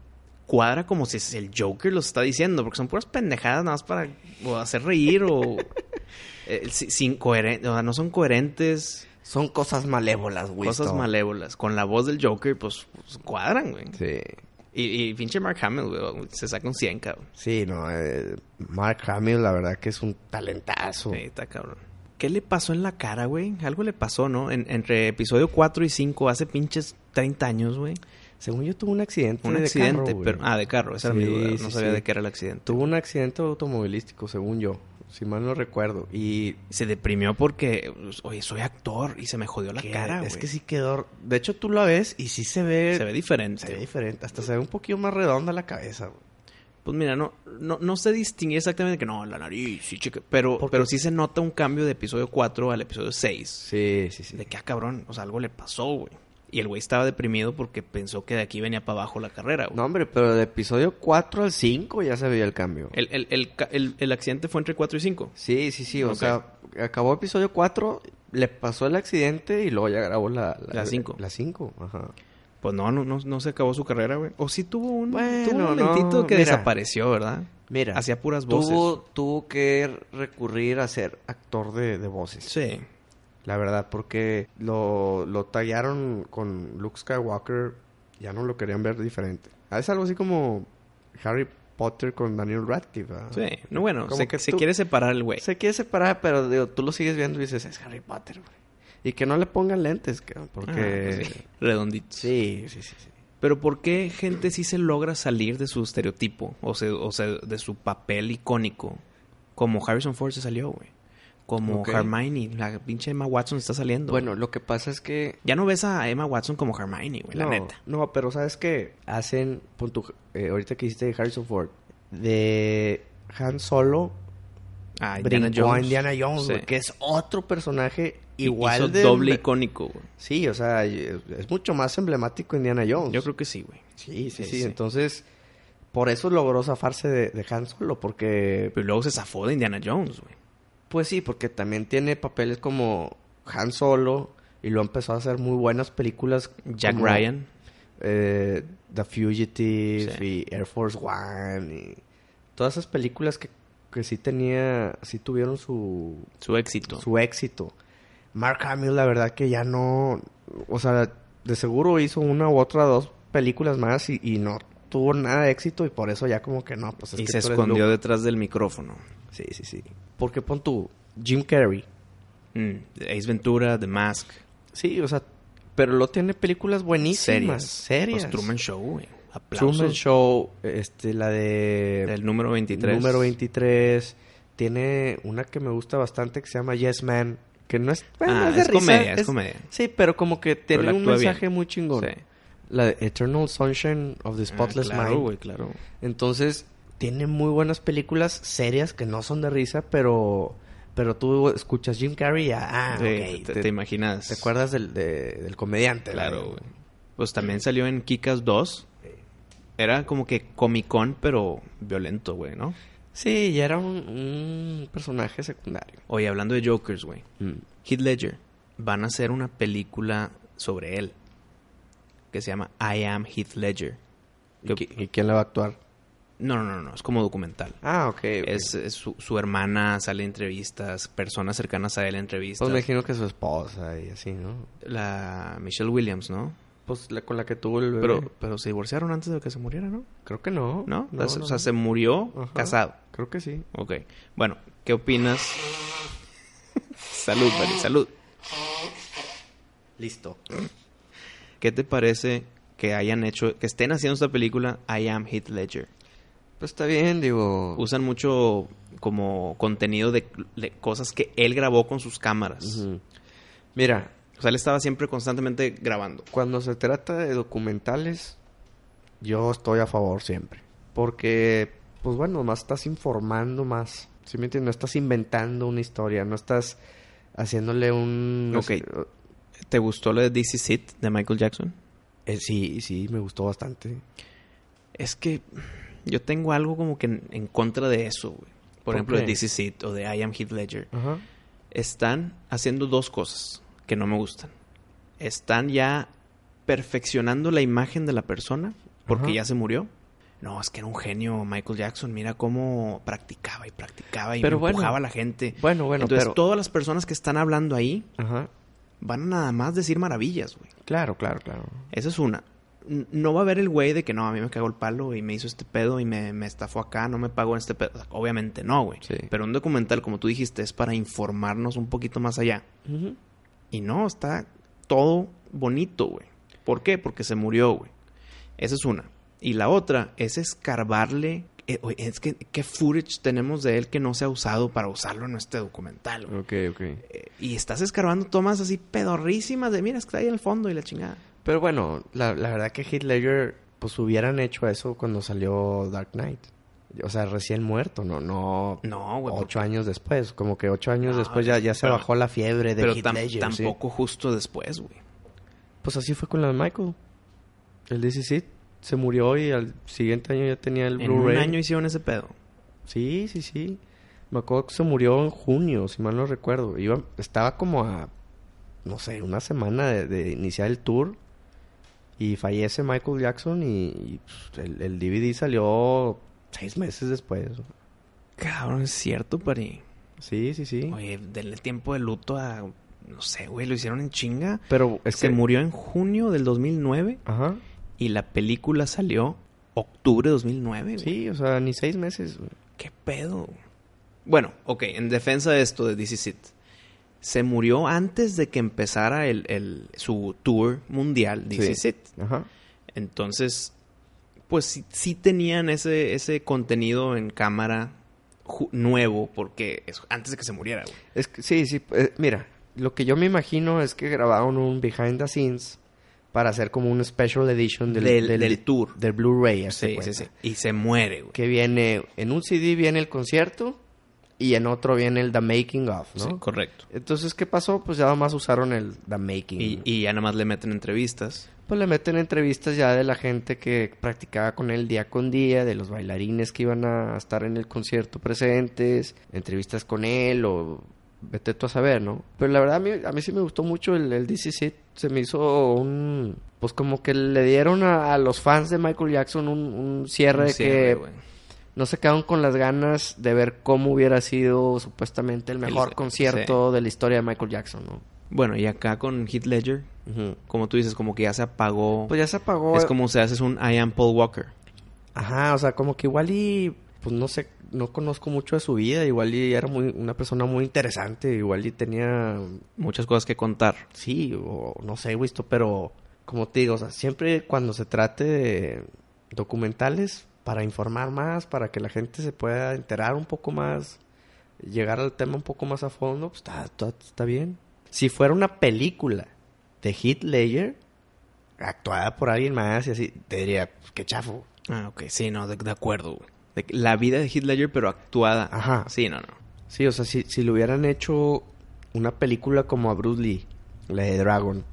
Speaker 1: cuadra como si el Joker lo está diciendo, porque son puras pendejadas nada más para o hacer reír o. eh, si- sin coheren- o sea, no son coherentes,
Speaker 2: Son cosas malévolas, güey.
Speaker 1: cosas
Speaker 2: esto.
Speaker 1: malévolas. Con la voz del Joker, pues, pues, cuadran, güey.
Speaker 2: Sí.
Speaker 1: Y, y pinche Mark Hamill, güey, se saca un 100, cabrón.
Speaker 2: Sí, no. eh, Mark Hamill, la verdad que es un talentazo.
Speaker 1: Sí, está cabrón. ¿Qué le pasó en la cara, güey? Algo le pasó, ¿no? En- entre episodio 4 y 5, hace pinches 30 años, güey.
Speaker 2: Según yo, tuvo un accidente.
Speaker 1: Un
Speaker 2: de
Speaker 1: accidente,
Speaker 2: carro, güey.
Speaker 1: pero... Ah, de carro, esa era
Speaker 2: Sí,
Speaker 1: mi duda. No
Speaker 2: sí,
Speaker 1: sabía
Speaker 2: sí.
Speaker 1: de qué era el accidente.
Speaker 2: Tuvo un accidente automovilístico, según yo. Si mal no recuerdo. Y
Speaker 1: Se deprimió porque, pues, oye, soy actor y se me jodió la
Speaker 2: que-
Speaker 1: cara, güey.
Speaker 2: Es que sí quedó. De hecho, tú la ves y sí se ve.
Speaker 1: Se ve diferente.
Speaker 2: se ve diferente. Hasta se ve un poquito más redonda la cabeza, güey.
Speaker 1: Pues mira, no, no, no se distingue exactamente que no, la nariz, sí, chica. Pero,
Speaker 2: Porque-
Speaker 1: pero sí se nota un cambio de episodio 4 al episodio 6.
Speaker 2: Sí, sí, sí.
Speaker 1: De que, ah, cabrón, o sea, algo le pasó, güey. Y el güey estaba deprimido porque pensó que de aquí venía para abajo la carrera, güey.
Speaker 2: No, hombre, pero de episodio 4 al 5 ya se veía el cambio.
Speaker 1: El, el- el ca- el- el accidente fue entre 4 y 5.
Speaker 2: Sí, sí, sí. O
Speaker 1: Ok.
Speaker 2: sea, acabó episodio 4, le pasó el accidente y luego ya grabó la...
Speaker 1: La cinco.
Speaker 2: La 5, ajá.
Speaker 1: Pues no, no, no, no se acabó su carrera, güey. O sí tuvo un,
Speaker 2: Bueno,
Speaker 1: tuvo un
Speaker 2: no,
Speaker 1: momentito que
Speaker 2: mira.
Speaker 1: desapareció, ¿verdad?
Speaker 2: Mira.
Speaker 1: Hacía puras voces.
Speaker 2: Tuvo, tuvo que recurrir a ser actor de, de voces.
Speaker 1: Sí.
Speaker 2: La verdad, porque lo, lo tallaron con Luke Skywalker. Ya no lo querían ver diferente. Ah, Es algo así como Harry Potter con Daniel Radcliffe. ¿verdad?
Speaker 1: Sí. No, bueno,
Speaker 2: Como
Speaker 1: se,
Speaker 2: que
Speaker 1: se
Speaker 2: tú-
Speaker 1: quiere separar el güey.
Speaker 2: Se quiere separar, pero digo, tú lo sigues viendo y dices, es Harry Potter, güey. Y que no le pongan lentes, cabrón,
Speaker 1: Ah,
Speaker 2: porque...
Speaker 1: sí. Redondito.
Speaker 2: Sí, sí, sí, sí.
Speaker 1: Pero ¿por qué gente sí se logra salir de su estereotipo? O sea, o sea de su papel icónico. Como Harrison Ford se salió, güey. Como
Speaker 2: Ok.
Speaker 1: Hermione. La pinche Emma Watson está saliendo.
Speaker 2: Bueno, lo que pasa es que...
Speaker 1: Ya no ves a Emma Watson como Hermione, güey, la
Speaker 2: no,
Speaker 1: neta.
Speaker 2: No, pero ¿sabes qué? Hacen... pon tú, eh, ahorita que hiciste de Harrison Ford. De Han Solo
Speaker 1: Ah,
Speaker 2: brincó a Indiana Jones, güey,
Speaker 1: Sí.
Speaker 2: que es otro personaje
Speaker 1: Y-
Speaker 2: igual
Speaker 1: hizo
Speaker 2: de...
Speaker 1: doble icónico, güey.
Speaker 2: Sí, o sea, y- es mucho más emblemático Indiana Jones.
Speaker 1: Yo creo que sí, güey.
Speaker 2: Sí, sí, sí.
Speaker 1: Sí, sí.
Speaker 2: Entonces, por eso logró zafarse de, de Han Solo, porque...
Speaker 1: Pero luego se zafó de Indiana Jones, güey.
Speaker 2: Pues sí, porque también tiene papeles como Han Solo y lo empezó a hacer muy buenas películas.
Speaker 1: Jack
Speaker 2: como,
Speaker 1: Ryan.
Speaker 2: eh, The Fugitive
Speaker 1: Sí.
Speaker 2: y Air Force One y todas esas películas que, que sí tenía, sí tuvieron su,
Speaker 1: Su éxito.
Speaker 2: su éxito. Mark Hamill, la verdad que ya no, o sea, de seguro hizo una u otra dos películas más y, y no tuvo nada de éxito y por eso ya como que no, pues es
Speaker 1: y
Speaker 2: que
Speaker 1: se
Speaker 2: tú eres
Speaker 1: escondió
Speaker 2: Luke.
Speaker 1: detrás del micrófono.
Speaker 2: Sí, sí, sí. Porque pon tú, Jim Carrey.
Speaker 1: Mm, Ace Ventura, The Mask.
Speaker 2: Sí, o sea, pero lo tiene películas
Speaker 1: Series.
Speaker 2: buenísimas, serias.
Speaker 1: Pues Truman Show, güey. Aplausos.
Speaker 2: Truman Show, este, la de
Speaker 1: Del número 23.
Speaker 2: número 23, tiene una que me gusta bastante que se llama Yes Man, que no es, bueno,
Speaker 1: Ah,
Speaker 2: de
Speaker 1: es
Speaker 2: risa,
Speaker 1: comedia, es comedia.
Speaker 2: Sí, pero como que tiene
Speaker 1: la
Speaker 2: un
Speaker 1: actúa bien.
Speaker 2: mensaje muy chingón.
Speaker 1: Sí.
Speaker 2: La de Eternal Sunshine of the Spotless
Speaker 1: Ah, claro,
Speaker 2: Mind.
Speaker 1: güey, claro.
Speaker 2: Entonces, tiene muy buenas películas serias que no son de risa, pero pero tú escuchas Jim Carrey y ah,
Speaker 1: Sí,
Speaker 2: ok,
Speaker 1: te,
Speaker 2: te-
Speaker 1: te imaginas.
Speaker 2: ¿Te acuerdas del, de- del comediante?
Speaker 1: Claro,
Speaker 2: ¿no?
Speaker 1: güey. Pues también salió en Kikas 2. Era como que Comic Con, pero violento, güey, ¿no?
Speaker 2: Sí, y era un, un personaje secundario.
Speaker 1: Oye, hablando de Jokers, güey. Heath Ledger. Van a hacer una película sobre él. Que se llama I Am Heath Ledger.
Speaker 2: ¿Y,
Speaker 1: Que-
Speaker 2: qui- y quién le va a actuar?
Speaker 1: No, no, no, no. Es como documental.
Speaker 2: Ah, ok.
Speaker 1: Es, es su, su hermana sale en entrevistas, personas cercanas a él en entrevistas.
Speaker 2: pues me imagino que su esposa y así, ¿no?
Speaker 1: La Michelle Williams, ¿no?
Speaker 2: Pues la, con la que tuvo el bebé.
Speaker 1: Pero, pero se divorciaron antes de que se muriera, ¿no?
Speaker 2: creo que no.
Speaker 1: ¿No? o sea,
Speaker 2: no,
Speaker 1: se murió
Speaker 2: Ajá.
Speaker 1: casado.
Speaker 2: Creo que sí.
Speaker 1: Ok. Bueno, ¿qué opinas? salud, Mari, salud.
Speaker 2: Listo.
Speaker 1: ¿Qué te parece que hayan hecho, que estén haciendo esta película I Am Heath Ledger?
Speaker 2: Pues está bien, digo.
Speaker 1: Usan mucho como contenido de, de cosas que él grabó con sus cámaras.
Speaker 2: Ujú. Mira,
Speaker 1: O sea, él estaba siempre constantemente grabando.
Speaker 2: cuando se trata de documentales, yo estoy a favor siempre. Porque pues bueno, nomás estás informando más. ¿Sí me entiendes? No estás inventando una historia, no estás haciéndole un...
Speaker 1: Ok. ¿Te gustó la de This Is It de Michael Jackson?
Speaker 2: Eh, sí, sí, me gustó bastante.
Speaker 1: Es que yo tengo algo como que en, en contra de eso, güey. Por,
Speaker 2: ¿Por
Speaker 1: ejemplo, de
Speaker 2: qué?
Speaker 1: This Is It o de I Am Heath Ledger.
Speaker 2: Ajá.
Speaker 1: Están haciendo dos cosas que no me gustan. Están ya perfeccionando la imagen de la persona porque
Speaker 2: Ajá.
Speaker 1: ya se murió. No, es que era un genio Michael Jackson. Mira cómo practicaba y practicaba y
Speaker 2: Pero bueno.
Speaker 1: empujaba a la gente.
Speaker 2: Bueno, bueno,
Speaker 1: Entonces,
Speaker 2: pero...
Speaker 1: todas las personas que están hablando ahí
Speaker 2: Ajá.
Speaker 1: van a nada más decir maravillas, güey.
Speaker 2: Claro, claro, claro.
Speaker 1: Esa es una. N- No va a haber el güey de que no, a mí me cagó el palo y me hizo este pedo y me, me estafó acá, no me pagó en este pedo. O sea, obviamente no, güey.
Speaker 2: Sí.
Speaker 1: Pero un documental, como tú dijiste, es para informarnos un poquito más allá.
Speaker 2: Ujú.
Speaker 1: Y no, está todo bonito, güey. ¿Por qué? Porque se murió, güey. Esa es una. Y la otra es escarbarle. eh, oye, es que, ¿qué footage tenemos de él que no se ha usado para usarlo en este documental? güey?
Speaker 2: Ok, ok.
Speaker 1: Eh, y estás escarbando tomas así pedorrísimas de, mira, es que está ahí al fondo y la chingada.
Speaker 2: Pero bueno, la, la verdad que Heath Ledger, pues hubieran hecho eso cuando salió Dark Knight. O sea, recién muerto, no, no.
Speaker 1: No, güey.
Speaker 2: ocho años después, como que ocho años
Speaker 1: No,
Speaker 2: después ya, ya se
Speaker 1: pero-
Speaker 2: bajó la fiebre de
Speaker 1: Pero
Speaker 2: Heath
Speaker 1: tam-
Speaker 2: Ledger, ¿sí?
Speaker 1: tampoco justo después, güey.
Speaker 2: Pues así fue con la de Michael. El DC se murió y al siguiente año ya tenía el
Speaker 1: En un
Speaker 2: Blu-ray.
Speaker 1: año hicieron ese pedo.
Speaker 2: Sí, sí, sí. Me acuerdo que se murió en junio, si mal no recuerdo. Iba, estaba como a, no sé, una semana de, de iniciar el tour. Y fallece Michael Jackson y, y, pues, el, el DVD salió seis meses después.
Speaker 1: Cabrón, es cierto, pari.
Speaker 2: Sí, sí, sí.
Speaker 1: Oye, denle tiempo de luto a... No sé, güey, lo hicieron en chinga.
Speaker 2: Pero es
Speaker 1: Se
Speaker 2: que...
Speaker 1: murió en junio del 2009
Speaker 2: Ajá.
Speaker 1: y la película salió octubre de 2009. güey.
Speaker 2: Sí, o sea, ni seis meses. güey.
Speaker 1: ¿Qué pedo? Bueno, ok, en defensa de esto de This Is It. Se murió antes de que empezara el, el- su tour mundial, This
Speaker 2: Sí.
Speaker 1: Is It.
Speaker 2: Ajá.
Speaker 1: Entonces, pues sí, sí tenían ese, ese contenido en cámara ju- nuevo, porque es antes de que se muriera, güey.
Speaker 2: Es que, sí, sí, eh, mira, lo que yo me imagino es que grabaron un behind the scenes para hacer como un special edition del,
Speaker 1: Del- del tour.
Speaker 2: Del Blu-ray, haz
Speaker 1: Sí,
Speaker 2: de
Speaker 1: sí,
Speaker 2: cuenta.
Speaker 1: sí. Y se muere, güey.
Speaker 2: Que viene, en un CD viene el concierto y en otro viene el The Making of, ¿no?
Speaker 1: Sí, correcto.
Speaker 2: Entonces, ¿qué pasó? Pues ya nada más usaron el The Making.
Speaker 1: Y, y ya nada más le meten entrevistas.
Speaker 2: Pues le meten entrevistas ya de la gente que practicaba con él día con día, de los bailarines que iban a estar en el concierto presentes, entrevistas con él o vete tú a saber, ¿no? Pero la verdad a mí, a mí sí me gustó mucho el, el This Is It. se me hizo un... Pues como que le dieron a, a los fans de Michael Jackson un, un cierre
Speaker 1: Un
Speaker 2: de
Speaker 1: cierre,
Speaker 2: que
Speaker 1: güey.
Speaker 2: no se quedaron con las ganas de ver cómo hubiera sido supuestamente el mejor
Speaker 1: sí.
Speaker 2: concierto de la historia de Michael Jackson, ¿no?
Speaker 1: Bueno, y acá con Heath Ledger, como tú dices, como que ya se apagó.
Speaker 2: Pues ya se apagó.
Speaker 1: es como se haces un I am Paul Walker.
Speaker 2: Ajá, o sea, como que igual y pues no sé, no conozco mucho de su vida, igual y era muy una persona muy interesante, igual y tenía
Speaker 1: Muchas cosas que contar.
Speaker 2: sí, o no sé, güey, esto, pero como te digo, o sea, siempre cuando se trate de documentales para informar más, para que la gente se pueda enterar un poco más, llegar al tema un poco más a fondo, pues está, está, está bien. Si fuera una película de Heath Ledger actuada por alguien más y así, te diría, pues, qué chafo.
Speaker 1: Ah, ok. Sí, no, de, de acuerdo. güey. De que la vida de Heath Ledger, pero actuada.
Speaker 2: Ajá.
Speaker 1: Sí, no, no.
Speaker 2: Sí, o sea, si, si le hubieran hecho una película como a Bruce Lee, la de Dragon,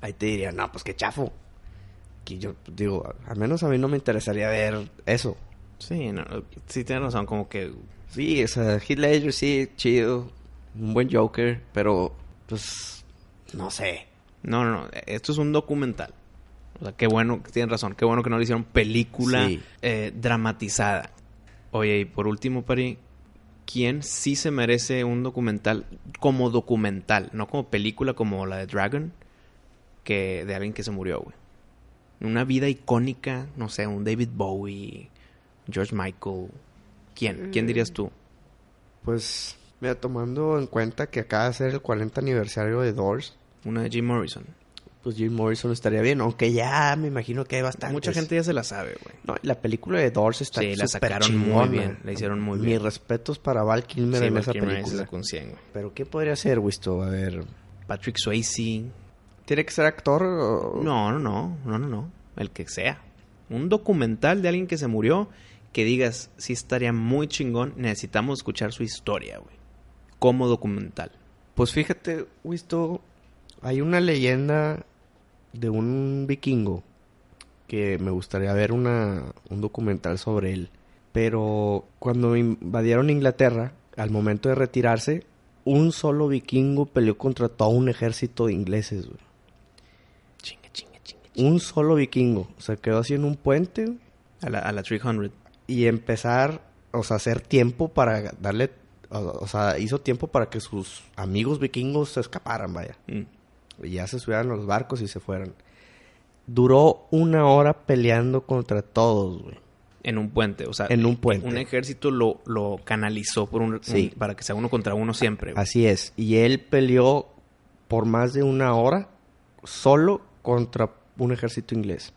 Speaker 2: ahí te diría, no, pues qué chafo. Que yo pues, digo, a- al menos a mí no me interesaría ver eso.
Speaker 1: Sí, no, no. Sí, tienes razón. Como que
Speaker 2: Sí, o sea, Heath Ledger sí, chido, un buen Joker, pero pues no sé.
Speaker 1: No, no, no. Esto es un documental. O sea, qué bueno, tienen razón. Qué bueno que no le hicieron película
Speaker 2: Sí.
Speaker 1: eh, dramatizada. Oye, y por último, Pari, ¿quién sí se merece un documental como documental? No como película como la de Dragon, que de alguien que se murió, güey. Una vida icónica, no sé, un David Bowie, George Michael. ¿Quién? ¿Quién dirías tú?
Speaker 2: Pues, mira, tomando en cuenta que acaba de ser el 40 aniversario de Doors,
Speaker 1: Una de Jim Morrison.
Speaker 2: pues Jim Morrison estaría bien, aunque ya me imagino que hay bastante.
Speaker 1: Mucha gente ya se la sabe, güey.
Speaker 2: No, y la película de Doors está
Speaker 1: Sí, la
Speaker 2: súper
Speaker 1: sacaron muy
Speaker 2: chingona.
Speaker 1: bien, la hicieron muy bien.
Speaker 2: Mis respetos para Val Kilmer
Speaker 1: Sí,
Speaker 2: en
Speaker 1: Val
Speaker 2: esa
Speaker 1: Kilmer se
Speaker 2: película.
Speaker 1: sacó un 100, güey.
Speaker 2: Pero ¿qué podría ser, Wisto? A ver,
Speaker 1: Patrick Swayze,
Speaker 2: ¿tiene que ser actor o...?
Speaker 1: No, no, no, no, no, no. El que sea. Un documental de alguien que se murió que digas, sí estaría muy chingón, necesitamos escuchar su historia, güey. Como documental.
Speaker 2: Pues fíjate, Wisto, hay una leyenda de un vikingo que me gustaría ver una, un documental sobre él. Pero cuando invadieron Inglaterra, al momento de retirarse, un solo vikingo peleó contra todo un ejército de ingleses, güey.
Speaker 1: Chinga, chinga, chinga, chinga.
Speaker 2: Un solo vikingo. Se quedó así en un puente güey,
Speaker 1: A la, a la 300.
Speaker 2: y empezar, o sea, hacer tiempo para darle, o, o sea, hizo tiempo para que sus amigos vikingos se escaparan, vaya.
Speaker 1: Mm.
Speaker 2: Y ya se subieran a los barcos y se fueran. Duró una hora peleando contra todos, güey.
Speaker 1: En un puente, o sea.
Speaker 2: En un puente.
Speaker 1: Un ejército lo, lo canalizó por un,
Speaker 2: Sí.
Speaker 1: un- para que sea uno contra uno siempre. güey.
Speaker 2: Así es. Y él peleó por más de una hora solo contra un ejército inglés.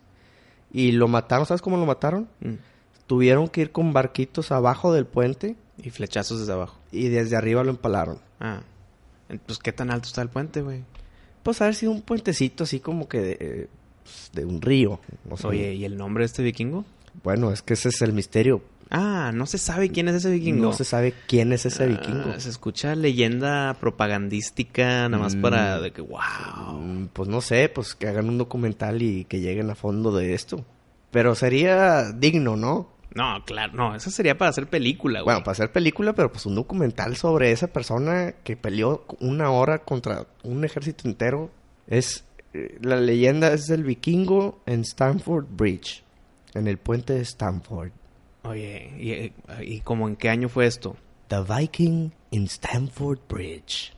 Speaker 2: Y lo mataron, ¿sabes cómo lo mataron?
Speaker 1: Mm.
Speaker 2: Tuvieron que ir con barquitos abajo del puente
Speaker 1: Y flechazos desde abajo.
Speaker 2: y desde arriba lo empalaron.
Speaker 1: Ah. Pues, ¿qué tan alto está el puente, güey?
Speaker 2: Pues haber sido un puentecito así como que de, eh, pues, de un río. O sea,
Speaker 1: Oye, ¿y el nombre de este vikingo?
Speaker 2: Bueno, es que ese es el misterio.
Speaker 1: Ah, no se sabe quién es ese vikingo.
Speaker 2: No se sabe quién es ese
Speaker 1: Ah,
Speaker 2: vikingo.
Speaker 1: se escucha leyenda propagandística, nada más
Speaker 2: Mm.
Speaker 1: para de que, wow.
Speaker 2: Mm, Pues no sé, pues que hagan un documental y que lleguen a fondo de esto. Pero sería digno, ¿no?
Speaker 1: No, claro, no, eso sería para hacer película, Ah, güey.
Speaker 2: Bueno, para hacer película, pero pues un documental sobre esa persona que peleó una hora contra un ejército entero. Es eh, la leyenda es del vikingo en Stamford Bridge, en el puente de Stamford.
Speaker 1: Oye, ¿y, eh, ¿y como en qué año fue esto?
Speaker 2: The Viking in Stamford Bridge.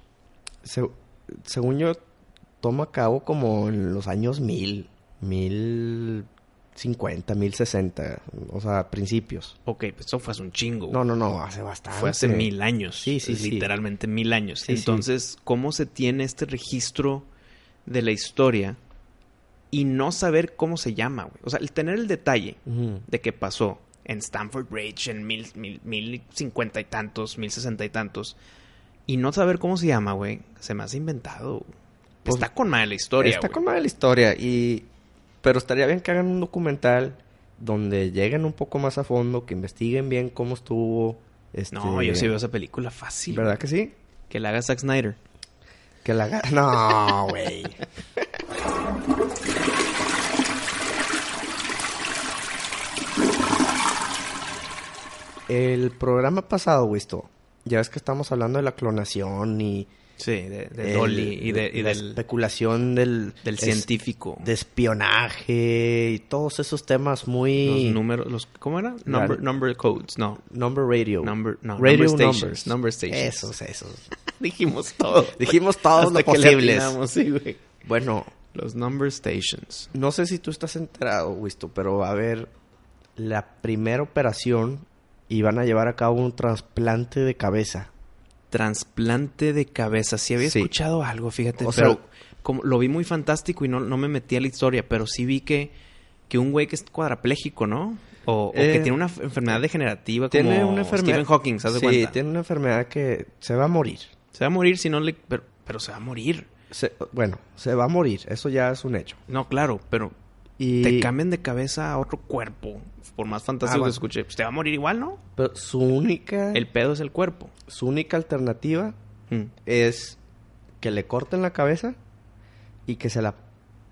Speaker 2: Se- según yo, toma cabo como en los años 1000, 1050, 1060, o sea, principios.
Speaker 1: Ok, pues eso fue hace un chingo. güey.
Speaker 2: No, no, no, hace bastante.
Speaker 1: Fue hace mil años.
Speaker 2: Sí, sí,
Speaker 1: es
Speaker 2: sí.
Speaker 1: Literalmente mil años.
Speaker 2: Sí, sí.
Speaker 1: Entonces, ¿cómo se tiene este registro de la historia y no saber cómo se llama, güey? O sea, el tener el detalle
Speaker 2: Ujú.
Speaker 1: de que pasó en Stanford Bridge en mil, mil, mil cincuenta y tantos, mil sesenta y tantos, y no saber cómo se llama, güey, se me hace inventado. güey.
Speaker 2: Pues,
Speaker 1: está con madre la historia,
Speaker 2: Está
Speaker 1: güey.
Speaker 2: con madre la historia y... Pero estaría bien que hagan un documental donde lleguen un poco más a fondo, que investiguen bien cómo estuvo... Este...
Speaker 1: No, yo sí veo esa película fácil.
Speaker 2: ¿Verdad que sí?
Speaker 1: Que la haga Zack Snyder.
Speaker 2: Que la... haga- No, güey. El programa pasado, Wisto, ya ves que estamos hablando de la clonación y...
Speaker 1: Sí, de,
Speaker 2: el-
Speaker 1: Dolly y, de, y
Speaker 2: la
Speaker 1: del,
Speaker 2: especulación del...
Speaker 1: del
Speaker 2: es-
Speaker 1: científico.
Speaker 2: de espionaje y todos esos temas muy
Speaker 1: Los números, los, ¿cómo era? Number,
Speaker 2: Claro.
Speaker 1: number codes, no.
Speaker 2: number radio
Speaker 1: Number- no,
Speaker 2: radio
Speaker 1: number stations,
Speaker 2: numbers
Speaker 1: number stations.
Speaker 2: esos esos
Speaker 1: Dijimos todo.
Speaker 2: dijimos todos
Speaker 1: Hasta
Speaker 2: los
Speaker 1: que le
Speaker 2: posibles
Speaker 1: atinamos, sí, güey.
Speaker 2: bueno
Speaker 1: Los number stations.
Speaker 2: no sé si tú estás enterado Wisto pero va a haber la primera operación y van a llevar a cabo un trasplante de cabeza
Speaker 1: Transplante de cabeza. Sí había
Speaker 2: Sí.
Speaker 1: escuchado algo, fíjate.
Speaker 2: O
Speaker 1: pero
Speaker 2: sea-
Speaker 1: como, lo vi muy fantástico y no, no me metí a la historia, pero sí vi que, que un güey que es cuadrapléjico, ¿no? O, o que
Speaker 2: Eh,
Speaker 1: tiene una f- enfermedad degenerativa
Speaker 2: tiene
Speaker 1: como
Speaker 2: una enfermedad
Speaker 1: Stephen Hawking, ¿se hace
Speaker 2: sí
Speaker 1: cuenta?
Speaker 2: tiene una enfermedad que se va a morir
Speaker 1: Se va a morir si no le... Pero, pero se va a morir.
Speaker 2: Se- bueno se va a morir eso ya es un hecho
Speaker 1: No, claro, pero
Speaker 2: y
Speaker 1: te cambian de cabeza a otro cuerpo. Por más fantástico
Speaker 2: bueno.
Speaker 1: que escuche. Pues te va a morir igual, ¿no?
Speaker 2: pero su única
Speaker 1: El pedo es el cuerpo.
Speaker 2: su única alternativa
Speaker 1: Mm.
Speaker 2: es que le corten la cabeza y que se la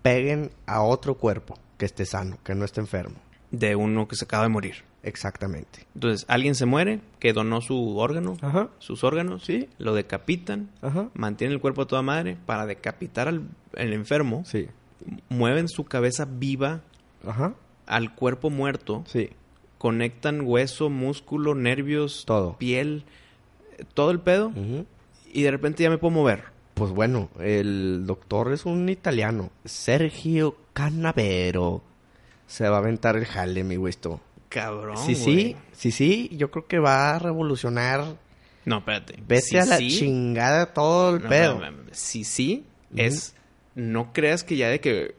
Speaker 2: peguen a otro cuerpo que esté sano, que no esté enfermo.
Speaker 1: De uno que se acaba de morir.
Speaker 2: Exactamente.
Speaker 1: Entonces, alguien se muere, que donó su órgano,
Speaker 2: Ajá.
Speaker 1: sus órganos,
Speaker 2: Sí.
Speaker 1: lo decapitan,
Speaker 2: Ajá.
Speaker 1: mantienen el cuerpo a toda madre para decapitar al el enfermo,
Speaker 2: Sí.
Speaker 1: mueven su cabeza viva
Speaker 2: Ajá.
Speaker 1: al cuerpo muerto,
Speaker 2: Sí.
Speaker 1: conectan hueso, músculo, nervios,
Speaker 2: Todo. Mm.
Speaker 1: piel, eh, todo el pedo,
Speaker 2: Ujú.
Speaker 1: y de repente ya me puedo mover.
Speaker 2: Pues bueno, el doctor es un italiano, Sergio Canavero. Se va a aventar el jale, mi güesto.
Speaker 1: Cabrón.
Speaker 2: sí, sí, sí, sí, yo creo que va a revolucionar.
Speaker 1: No, espérate.
Speaker 2: Vete
Speaker 1: Sí,
Speaker 2: a la
Speaker 1: sí.
Speaker 2: chingada todo el
Speaker 1: No,
Speaker 2: pedo.
Speaker 1: no, no, Sí, sí, es. No creas que ya de que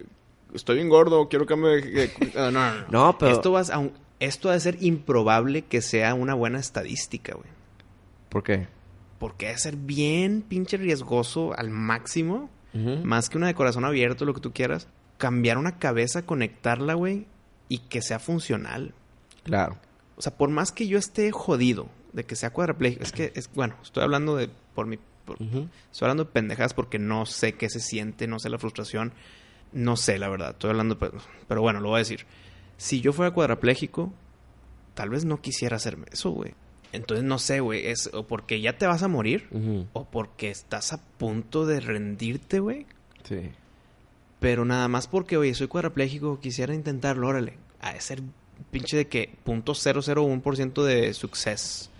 Speaker 1: estoy bien gordo, quiero que me. que- no, no, no.
Speaker 2: No, pero-
Speaker 1: Esto, vas a un- esto ha de ser improbable que sea una buena estadística, güey.
Speaker 2: ¿Por qué?
Speaker 1: Porque ha de ser bien pinche riesgoso al máximo. Más que una de corazón abierto, lo que tú quieras. Cambiar una cabeza, conectarla, güey, y que sea funcional.
Speaker 2: Claro.
Speaker 1: o sea, por más que yo esté jodido de que sea cuadrapléjico, es que, es, bueno, estoy hablando de, por mi, por-
Speaker 2: Ujú.
Speaker 1: estoy hablando de pendejadas porque no sé qué se siente, no sé la frustración, no sé la verdad, estoy hablando, pero, pero bueno, lo voy a decir. Si yo fuera cuadrapléjico, tal vez no quisiera hacerme eso, güey. Entonces no sé, güey, es o porque ya te vas a morir
Speaker 2: Ujú.
Speaker 1: o porque estás a punto de rendirte, güey.
Speaker 2: Sí.
Speaker 1: Pero nada más porque, oye, soy cuadrapléjico, quisiera intentarlo, órale. Ha de ser pinche de que punto .001% de success.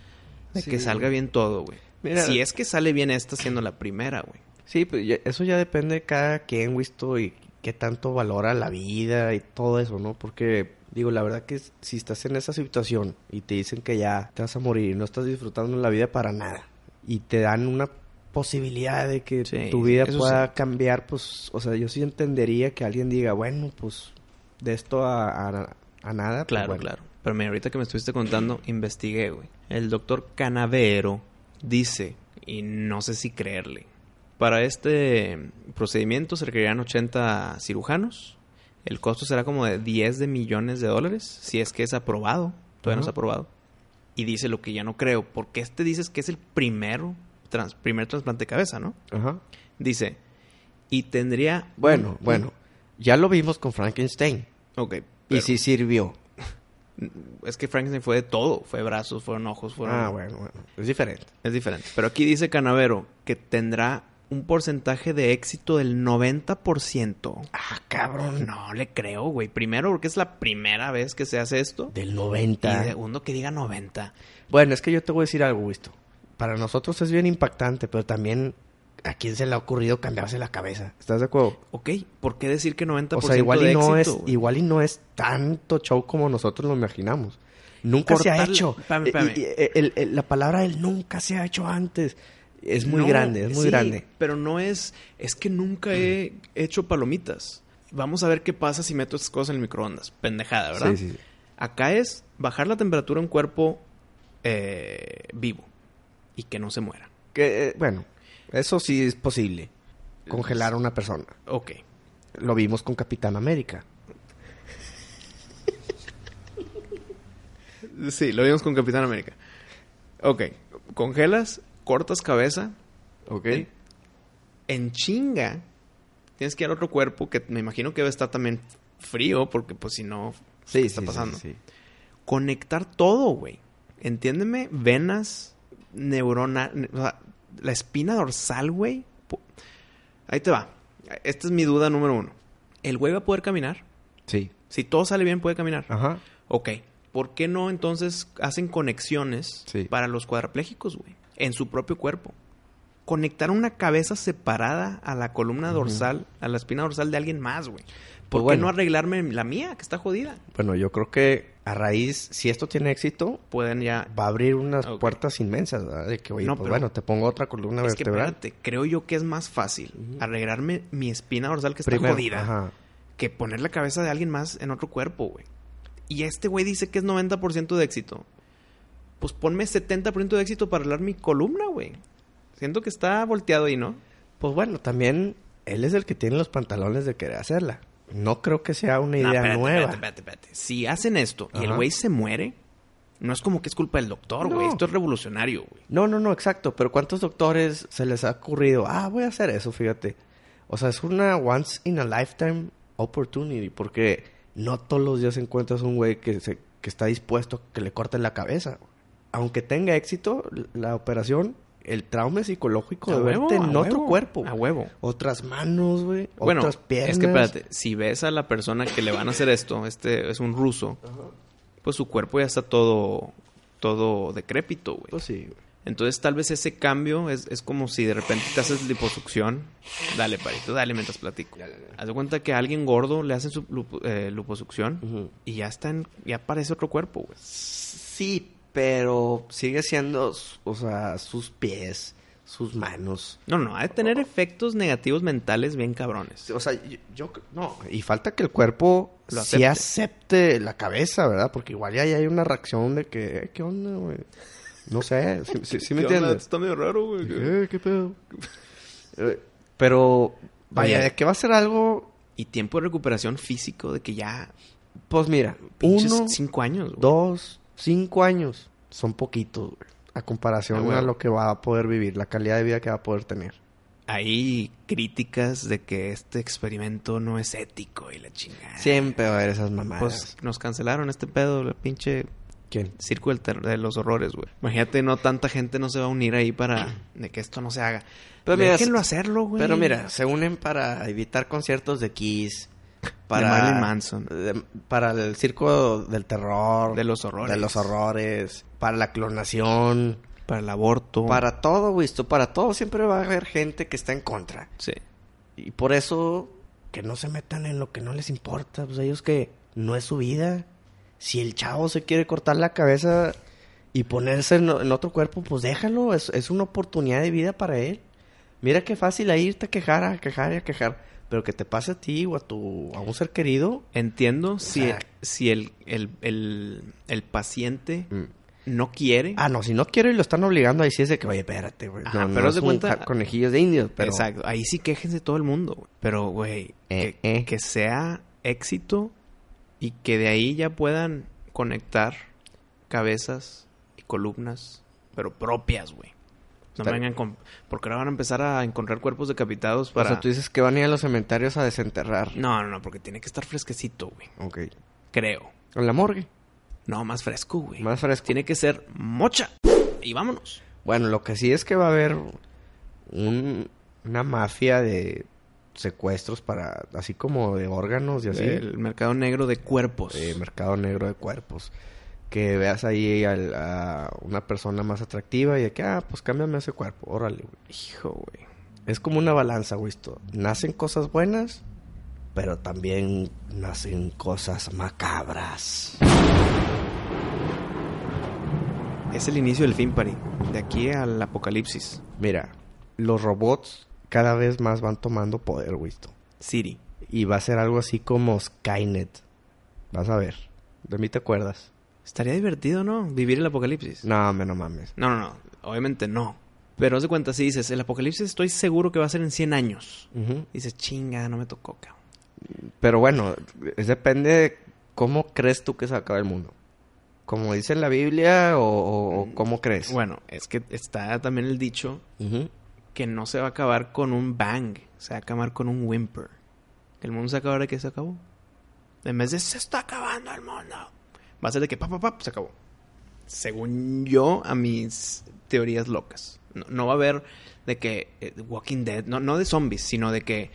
Speaker 1: De
Speaker 2: Sí,
Speaker 1: que salga
Speaker 2: güey.
Speaker 1: bien todo, güey.
Speaker 2: Mira-
Speaker 1: Si es que sale bien esta siendo la primera, güey.
Speaker 2: Sí, pero ya- eso ya depende de cada quien, Wisto, y qué tanto valora la vida y todo eso, ¿no? Porque, digo, la verdad que si estás en esa situación y te dicen que ya te vas a morir, no estás disfrutando la vida para nada, y te dan una posibilidad de que
Speaker 1: Sí,
Speaker 2: tu vida
Speaker 1: eso
Speaker 2: pueda
Speaker 1: sí.
Speaker 2: cambiar, pues, o sea, yo sí entendería que alguien diga, bueno, pues, de esto a, a- a nada. pues,
Speaker 1: Claro,
Speaker 2: bueno.
Speaker 1: claro. Pero mira, ahorita que me estuviste contando, investigué, güey. El doctor Canavero dice, y no sé si creerle, para este procedimiento se requerirán 80 cirujanos. El costo será como de 10 de millones de dólares, si es que es aprobado. Todavía no es
Speaker 2: Ajá.
Speaker 1: aprobado. Y dice lo que ya no creo, porque este dices que es el primero, trans- primer trasplante de cabeza, ¿no?
Speaker 2: Ajá.
Speaker 1: Dice, y tendría...
Speaker 2: Bueno,
Speaker 1: Mm,
Speaker 2: bueno, ya lo vimos con Frankenstein,
Speaker 1: Ok.
Speaker 2: y
Speaker 1: pero-
Speaker 2: sí sirvió.
Speaker 1: Es que Frankenstein fue de todo. Fue brazos, fueron ojos, fueron...
Speaker 2: Ah, bueno, bueno, es diferente.
Speaker 1: Es diferente. Pero aquí dice Canavero que tendrá un porcentaje de éxito del 90%.
Speaker 2: Ah, cabrón, no.
Speaker 1: No le creo, güey. Primero, porque es la primera vez que se hace esto.
Speaker 2: Del
Speaker 1: Y
Speaker 2: 90.
Speaker 1: segundo, que diga 90.
Speaker 2: Bueno, es que yo te voy a decir algo, Wisto. Para nosotros es bien impactante, pero también a quién se le ha ocurrido cambiarse la cabeza. ¿Estás de acuerdo?
Speaker 1: Ok, ¿por qué decir que 90%
Speaker 2: O sea, igual y,
Speaker 1: de
Speaker 2: no es,
Speaker 1: éxito, güey?
Speaker 2: igual y no es tanto show como nosotros lo imaginamos. Nunca se ha
Speaker 1: Cortarle-
Speaker 2: hecho.
Speaker 1: Espérame,
Speaker 2: Eh,
Speaker 1: espérame.
Speaker 2: y- y- el- el- la palabra del nunca se ha hecho antes es muy
Speaker 1: No,
Speaker 2: grande, es muy
Speaker 1: sí,
Speaker 2: grande. Mm.
Speaker 1: Pero no es. Es que nunca he hecho palomitas. Vamos a ver qué pasa si meto estas cosas en el microondas. Pendejada, ¿verdad?
Speaker 2: Sí, sí, sí.
Speaker 1: Acá es bajar la temperatura a un cuerpo eh, vivo y que no se muera.
Speaker 2: Que, eh, bueno, eso sí es posible. Congelar a una persona.
Speaker 1: Ok.
Speaker 2: Lo vimos con Capitán América.
Speaker 1: Sí, lo vimos con Capitán América. Ok. Congelas, cortas cabeza,
Speaker 2: ¿Ok?
Speaker 1: en- en chinga. Tienes que ir a otro cuerpo que me imagino que debe estar también frío porque pues si no...
Speaker 2: Sí,
Speaker 1: ¿qué está pasando? Conectar todo, güey. Entiéndeme, venas, neurona, ne- o sea, la espina dorsal, güey. Po- Ahí te va. Esta es mi duda número uno. ¿El güey va a poder caminar?
Speaker 2: Sí.
Speaker 1: Si todo sale bien, puede caminar.
Speaker 2: Ajá.
Speaker 1: Ok. ¿Por qué no entonces hacen conexiones
Speaker 2: Sí.
Speaker 1: para los cuadraplégicos, güey? En su propio cuerpo. Conectar una cabeza separada a la columna dorsal, a la espina dorsal de alguien más, güey. ¿Por qué
Speaker 2: Pues bueno.
Speaker 1: no arreglarme la mía, que está jodida?
Speaker 2: Bueno, yo creo que a raíz, si esto tiene éxito,
Speaker 1: Pueden ya...
Speaker 2: va a abrir unas
Speaker 1: Ok.
Speaker 2: puertas inmensas, ¿verdad? De que, oye,
Speaker 1: No,
Speaker 2: pues,
Speaker 1: pero-
Speaker 2: bueno, te pongo otra columna
Speaker 1: Es que,
Speaker 2: vertebral.
Speaker 1: espérate, creo yo que es más fácil arreglarme mi espina dorsal que está
Speaker 2: Primero,
Speaker 1: jodida
Speaker 2: Ajá.
Speaker 1: que poner la cabeza de alguien más en otro cuerpo, güey. Y este güey dice que es 90% de éxito. Pues ponme 70% de éxito para arreglar mi columna, güey. Siento que está volteado ahí, ¿no?
Speaker 2: Pues bueno, también él es el que tiene los pantalones de querer hacerla. No creo que sea
Speaker 1: No,
Speaker 2: una idea
Speaker 1: espérate,
Speaker 2: nueva.
Speaker 1: espérate, espérate, espérate. Si hacen esto y el
Speaker 2: Ajá.
Speaker 1: güey se muere, no es como que es culpa del doctor,
Speaker 2: No.
Speaker 1: güey. Esto es revolucionario, güey.
Speaker 2: No, no, no, exacto. Pero ¿cuántos doctores se les ha ocurrido? Ah, voy a hacer eso, fíjate. O sea, es una once in a lifetime opportunity porque no todos los días encuentras un güey que, se- que está dispuesto a que le corten la cabeza. Aunque tenga éxito la operación, el trauma psicológico
Speaker 1: A
Speaker 2: de
Speaker 1: huevo,
Speaker 2: verte en
Speaker 1: a
Speaker 2: otro
Speaker 1: huevo,
Speaker 2: cuerpo.
Speaker 1: A huevo.
Speaker 2: Otras manos, güey.
Speaker 1: Bueno,
Speaker 2: otras piernas.
Speaker 1: es que espérate, si ves a la persona que le van a hacer esto, este es un ruso, pues su cuerpo ya está todo, todo decrépito, güey.
Speaker 2: Pues sí.
Speaker 1: Entonces, tal vez ese cambio es, es como si de repente te haces liposucción. Dale, parito, dale mientras platico. Haz de cuenta que a alguien gordo le hacen su lupo- eh, liposucción
Speaker 2: Ujú.
Speaker 1: y ya está en- ya parece otro cuerpo, güey.
Speaker 2: Sí, pero sigue siendo, o sea, sus pies, sus manos.
Speaker 1: No, no, ha de tener efectos negativos mentales bien cabrones.
Speaker 2: O sea, yo, yo cre- no, y falta que el cuerpo
Speaker 1: Lo
Speaker 2: sí acepte la cabeza, ¿verdad? Porque igual ya ahí hay una reacción de que, eh, ¿qué onda, güey? No sé, si me entiendes?
Speaker 1: Está medio raro, güey.
Speaker 2: Eh, ¿qué pedo? Eh, Pero, vaya,
Speaker 1: Oye.
Speaker 2: de que va a ser algo,
Speaker 1: Y tiempo de recuperación físico de que ya
Speaker 2: pues mira,
Speaker 1: pinches
Speaker 2: uno,
Speaker 1: cinco años, güey.
Speaker 2: dos, Cinco años son poquitos, güey, A comparación
Speaker 1: Ah, güey.
Speaker 2: a lo que va a poder vivir, la calidad de vida que va a poder tener.
Speaker 1: Hay críticas de que este experimento no es ético y la chingada.
Speaker 2: Siempre va a haber esas mamadas.
Speaker 1: Pues nos cancelaron este pedo, la pinche
Speaker 2: ¿Quién?
Speaker 1: circo del ter- de los horrores, güey. Imagínate, no tanta gente no se va a unir ahí para de que esto no se haga. Pero
Speaker 2: Pero mira,
Speaker 1: Déjenlo
Speaker 2: se-
Speaker 1: hacerlo, güey.
Speaker 2: Pero mira, se unen para evitar conciertos de Kiss. Para,
Speaker 1: para Marilyn Manson,
Speaker 2: de- para el circo del terror.
Speaker 1: de los horrores,
Speaker 2: de los horrores. Para la clonación.
Speaker 1: para el aborto,
Speaker 2: Para todo, güey. esto- Para todo siempre va a haber gente que está en contra.
Speaker 1: sí.
Speaker 2: Y por eso, que no se metan en lo que no les importa. Pues ellos que no es su vida. Si el chavo se quiere cortar la cabeza y ponerse en, o- en otro cuerpo, pues déjalo. Es, es una oportunidad de vida para él. Mira qué fácil a irte a quejar, a quejar y a quejar. Pero que te pase a ti o a, tu, a un ser querido.
Speaker 1: Entiendo si,
Speaker 2: sea-
Speaker 1: si el, el, el, el paciente
Speaker 2: Mm.
Speaker 1: no quiere.
Speaker 2: Ah, no, si no quiero y lo están obligando, ahí sí es de que, oye, espérate, güey.
Speaker 1: Ajá,
Speaker 2: no,
Speaker 1: pero
Speaker 2: no
Speaker 1: haz de
Speaker 2: es un
Speaker 1: cuenta-
Speaker 2: ja- conejillos de indios, pero...
Speaker 1: Exacto. Ahí sí quéjense todo el mundo, güey. Pero, güey,
Speaker 2: Eh,
Speaker 1: que,
Speaker 2: eh.
Speaker 1: que sea éxito y que de ahí ya puedan conectar cabezas y columnas, pero propias, güey. No
Speaker 2: Está-
Speaker 1: vengan con... Porque ahora van a empezar a encontrar cuerpos decapitados
Speaker 2: O
Speaker 1: para...
Speaker 2: sea, tú dices que van a ir a los cementerios a desenterrar.
Speaker 1: No, no, no, porque tiene que estar fresquecito, güey.
Speaker 2: Ok.
Speaker 1: Creo.
Speaker 2: En la morgue.
Speaker 1: No, más fresco, güey.
Speaker 2: Más fresco.
Speaker 1: Tiene que ser mocha. Y vámonos.
Speaker 2: Bueno, lo que sí es que va a haber un- una mafia de secuestros para, así como de órganos y así, Eh,
Speaker 1: El mercado negro de cuerpos.
Speaker 2: de mercado negro de cuerpos. Que veas ahí al- a, una persona más atractiva y de que, ah, pues cámbiame ese cuerpo, órale, güey.
Speaker 1: Hijo, güey.
Speaker 2: Es como una balanza, güey, esto. Nacen cosas buenas, pero también nacen cosas macabras.
Speaker 1: Es el inicio del fin, Pari. De aquí al apocalipsis.
Speaker 2: Mira, los robots cada vez más van tomando poder, güey, esto.
Speaker 1: Siri.
Speaker 2: Y va a ser algo así como Skynet. Vas a ver. De mí te acuerdas.
Speaker 1: Estaría divertido, ¿no? Vivir el apocalipsis.
Speaker 2: No, me no mames.
Speaker 1: No, no, no. Obviamente no. Pero haz de cuenta, si dices, el apocalipsis estoy seguro que va a ser en 100 años.
Speaker 2: Ujú.
Speaker 1: Dices, chinga, no me tocó, cabrón.
Speaker 2: Pero bueno, es depende de cómo crees tú que se acaba el mundo. Como dice en la Biblia o, o- o cómo crees.
Speaker 1: Mm, Bueno, pues es que está también el dicho
Speaker 2: Ujú.
Speaker 1: que no se va a acabar con un bang, se va a acabar con un whimper. El mundo se acabará de que se acabó. En vez de se está acabando el mundo, va a ser de que pa pa pa se acabó. Según yo, a mis teorías locas. No, no va a haber de que eh, Walking Dead, no, no de zombies, sino de que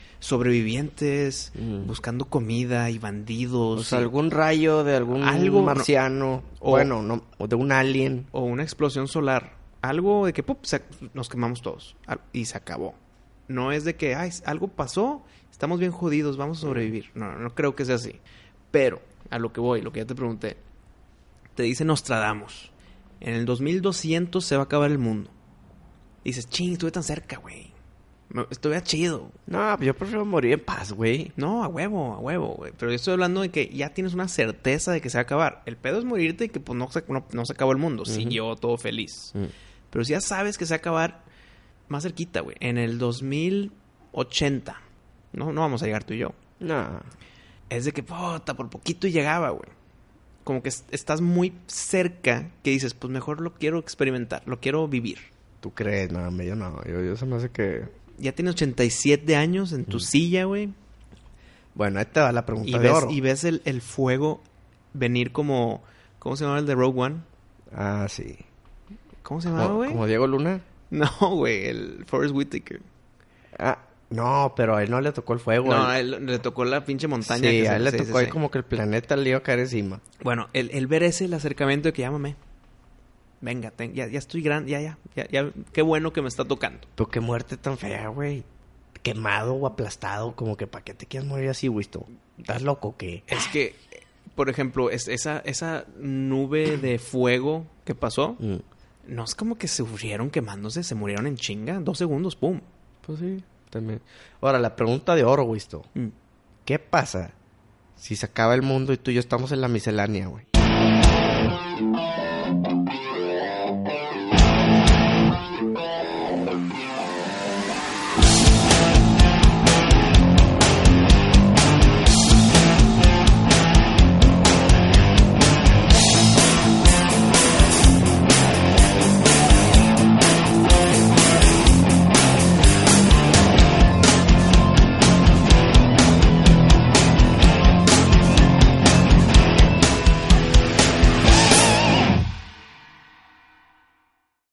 Speaker 1: sobrevivientes
Speaker 2: Mm.
Speaker 1: buscando comida y bandidos.
Speaker 2: O sea,
Speaker 1: y-
Speaker 2: Pues algún rayo de algún
Speaker 1: Algo, no.
Speaker 2: marciano.
Speaker 1: O-
Speaker 2: bueno, no, o de un alien.
Speaker 1: o una explosión solar. Algo de que ¡pup! se- nos quemamos todos al- y se acabó. No es de que Ay, algo pasó, estamos bien jodidos, vamos a sobrevivir. No, no creo que sea así. Pero a lo que voy, lo que ya te pregunté, te dice Nostradamus. En el 2200 se va a acabar el mundo. Dices, ching, estuve tan cerca, güey. Me- Estuve chido.
Speaker 2: No, yo prefiero morir en paz, güey.
Speaker 1: No, a huevo, a huevo, güey. Pero yo estoy hablando de que ya tienes una certeza de que se va a acabar. El pedo es morirte y que pues no se, no, no se acabó el mundo. Siguió todo feliz.
Speaker 2: Mm.
Speaker 1: Pero si ya sabes que se va a acabar más cerquita, güey. En el 2080. No, no vamos a llegar tú y yo.
Speaker 2: No.
Speaker 1: Es de que, puta, por poquito y llegaba, güey. Como que es- estás muy cerca que dices, pues mejor lo quiero experimentar, lo quiero vivir.
Speaker 2: ¿Tú crees? No, hombre, yo no. Yo, yo se me hace que...
Speaker 1: Ya tienes 87 años en tu silla, güey.
Speaker 2: Bueno, ahí te va la pregunta
Speaker 1: Y
Speaker 2: de
Speaker 1: ves,
Speaker 2: oro.
Speaker 1: y ves el, el fuego venir como. ¿Cómo se llamaba el de Rogue One?
Speaker 2: Ah, sí.
Speaker 1: ¿Cómo se llamaba,
Speaker 2: Como,
Speaker 1: Ah, güey?
Speaker 2: como Diego Luna.
Speaker 1: No, güey, el Forrest Whitaker.
Speaker 2: Ah, no, pero a él no le tocó el fuego.
Speaker 1: No, a
Speaker 2: él-
Speaker 1: él le tocó la pinche montaña.
Speaker 2: sí,
Speaker 1: que
Speaker 2: a
Speaker 1: se-
Speaker 2: él le
Speaker 1: sí, sí,
Speaker 2: tocó ahí
Speaker 1: sí.
Speaker 2: como que el planeta le iba a caer encima.
Speaker 1: Bueno, el, el ver ese, el acercamiento de que llámame. Venga, ten- ya, ya estoy grande, ya, ya, ya, ya. Qué bueno que me está tocando.
Speaker 2: Pero qué muerte tan fea, güey. Quemado o aplastado, como que ¿para qué te quieres morir así, güey? esto? ¿Estás loco o qué?
Speaker 1: Es que, eh, por ejemplo, es- esa, esa nube de fuego que pasó,
Speaker 2: Mm.
Speaker 1: no es como que se murieron quemándose, se murieron en chinga, dos segundos, pum.
Speaker 2: Pues sí, también. Ahora, la pregunta de oro, güey. esto.
Speaker 1: Mm.
Speaker 2: ¿Qué pasa si se acaba el mundo y tú y yo estamos en la miscelánea, güey?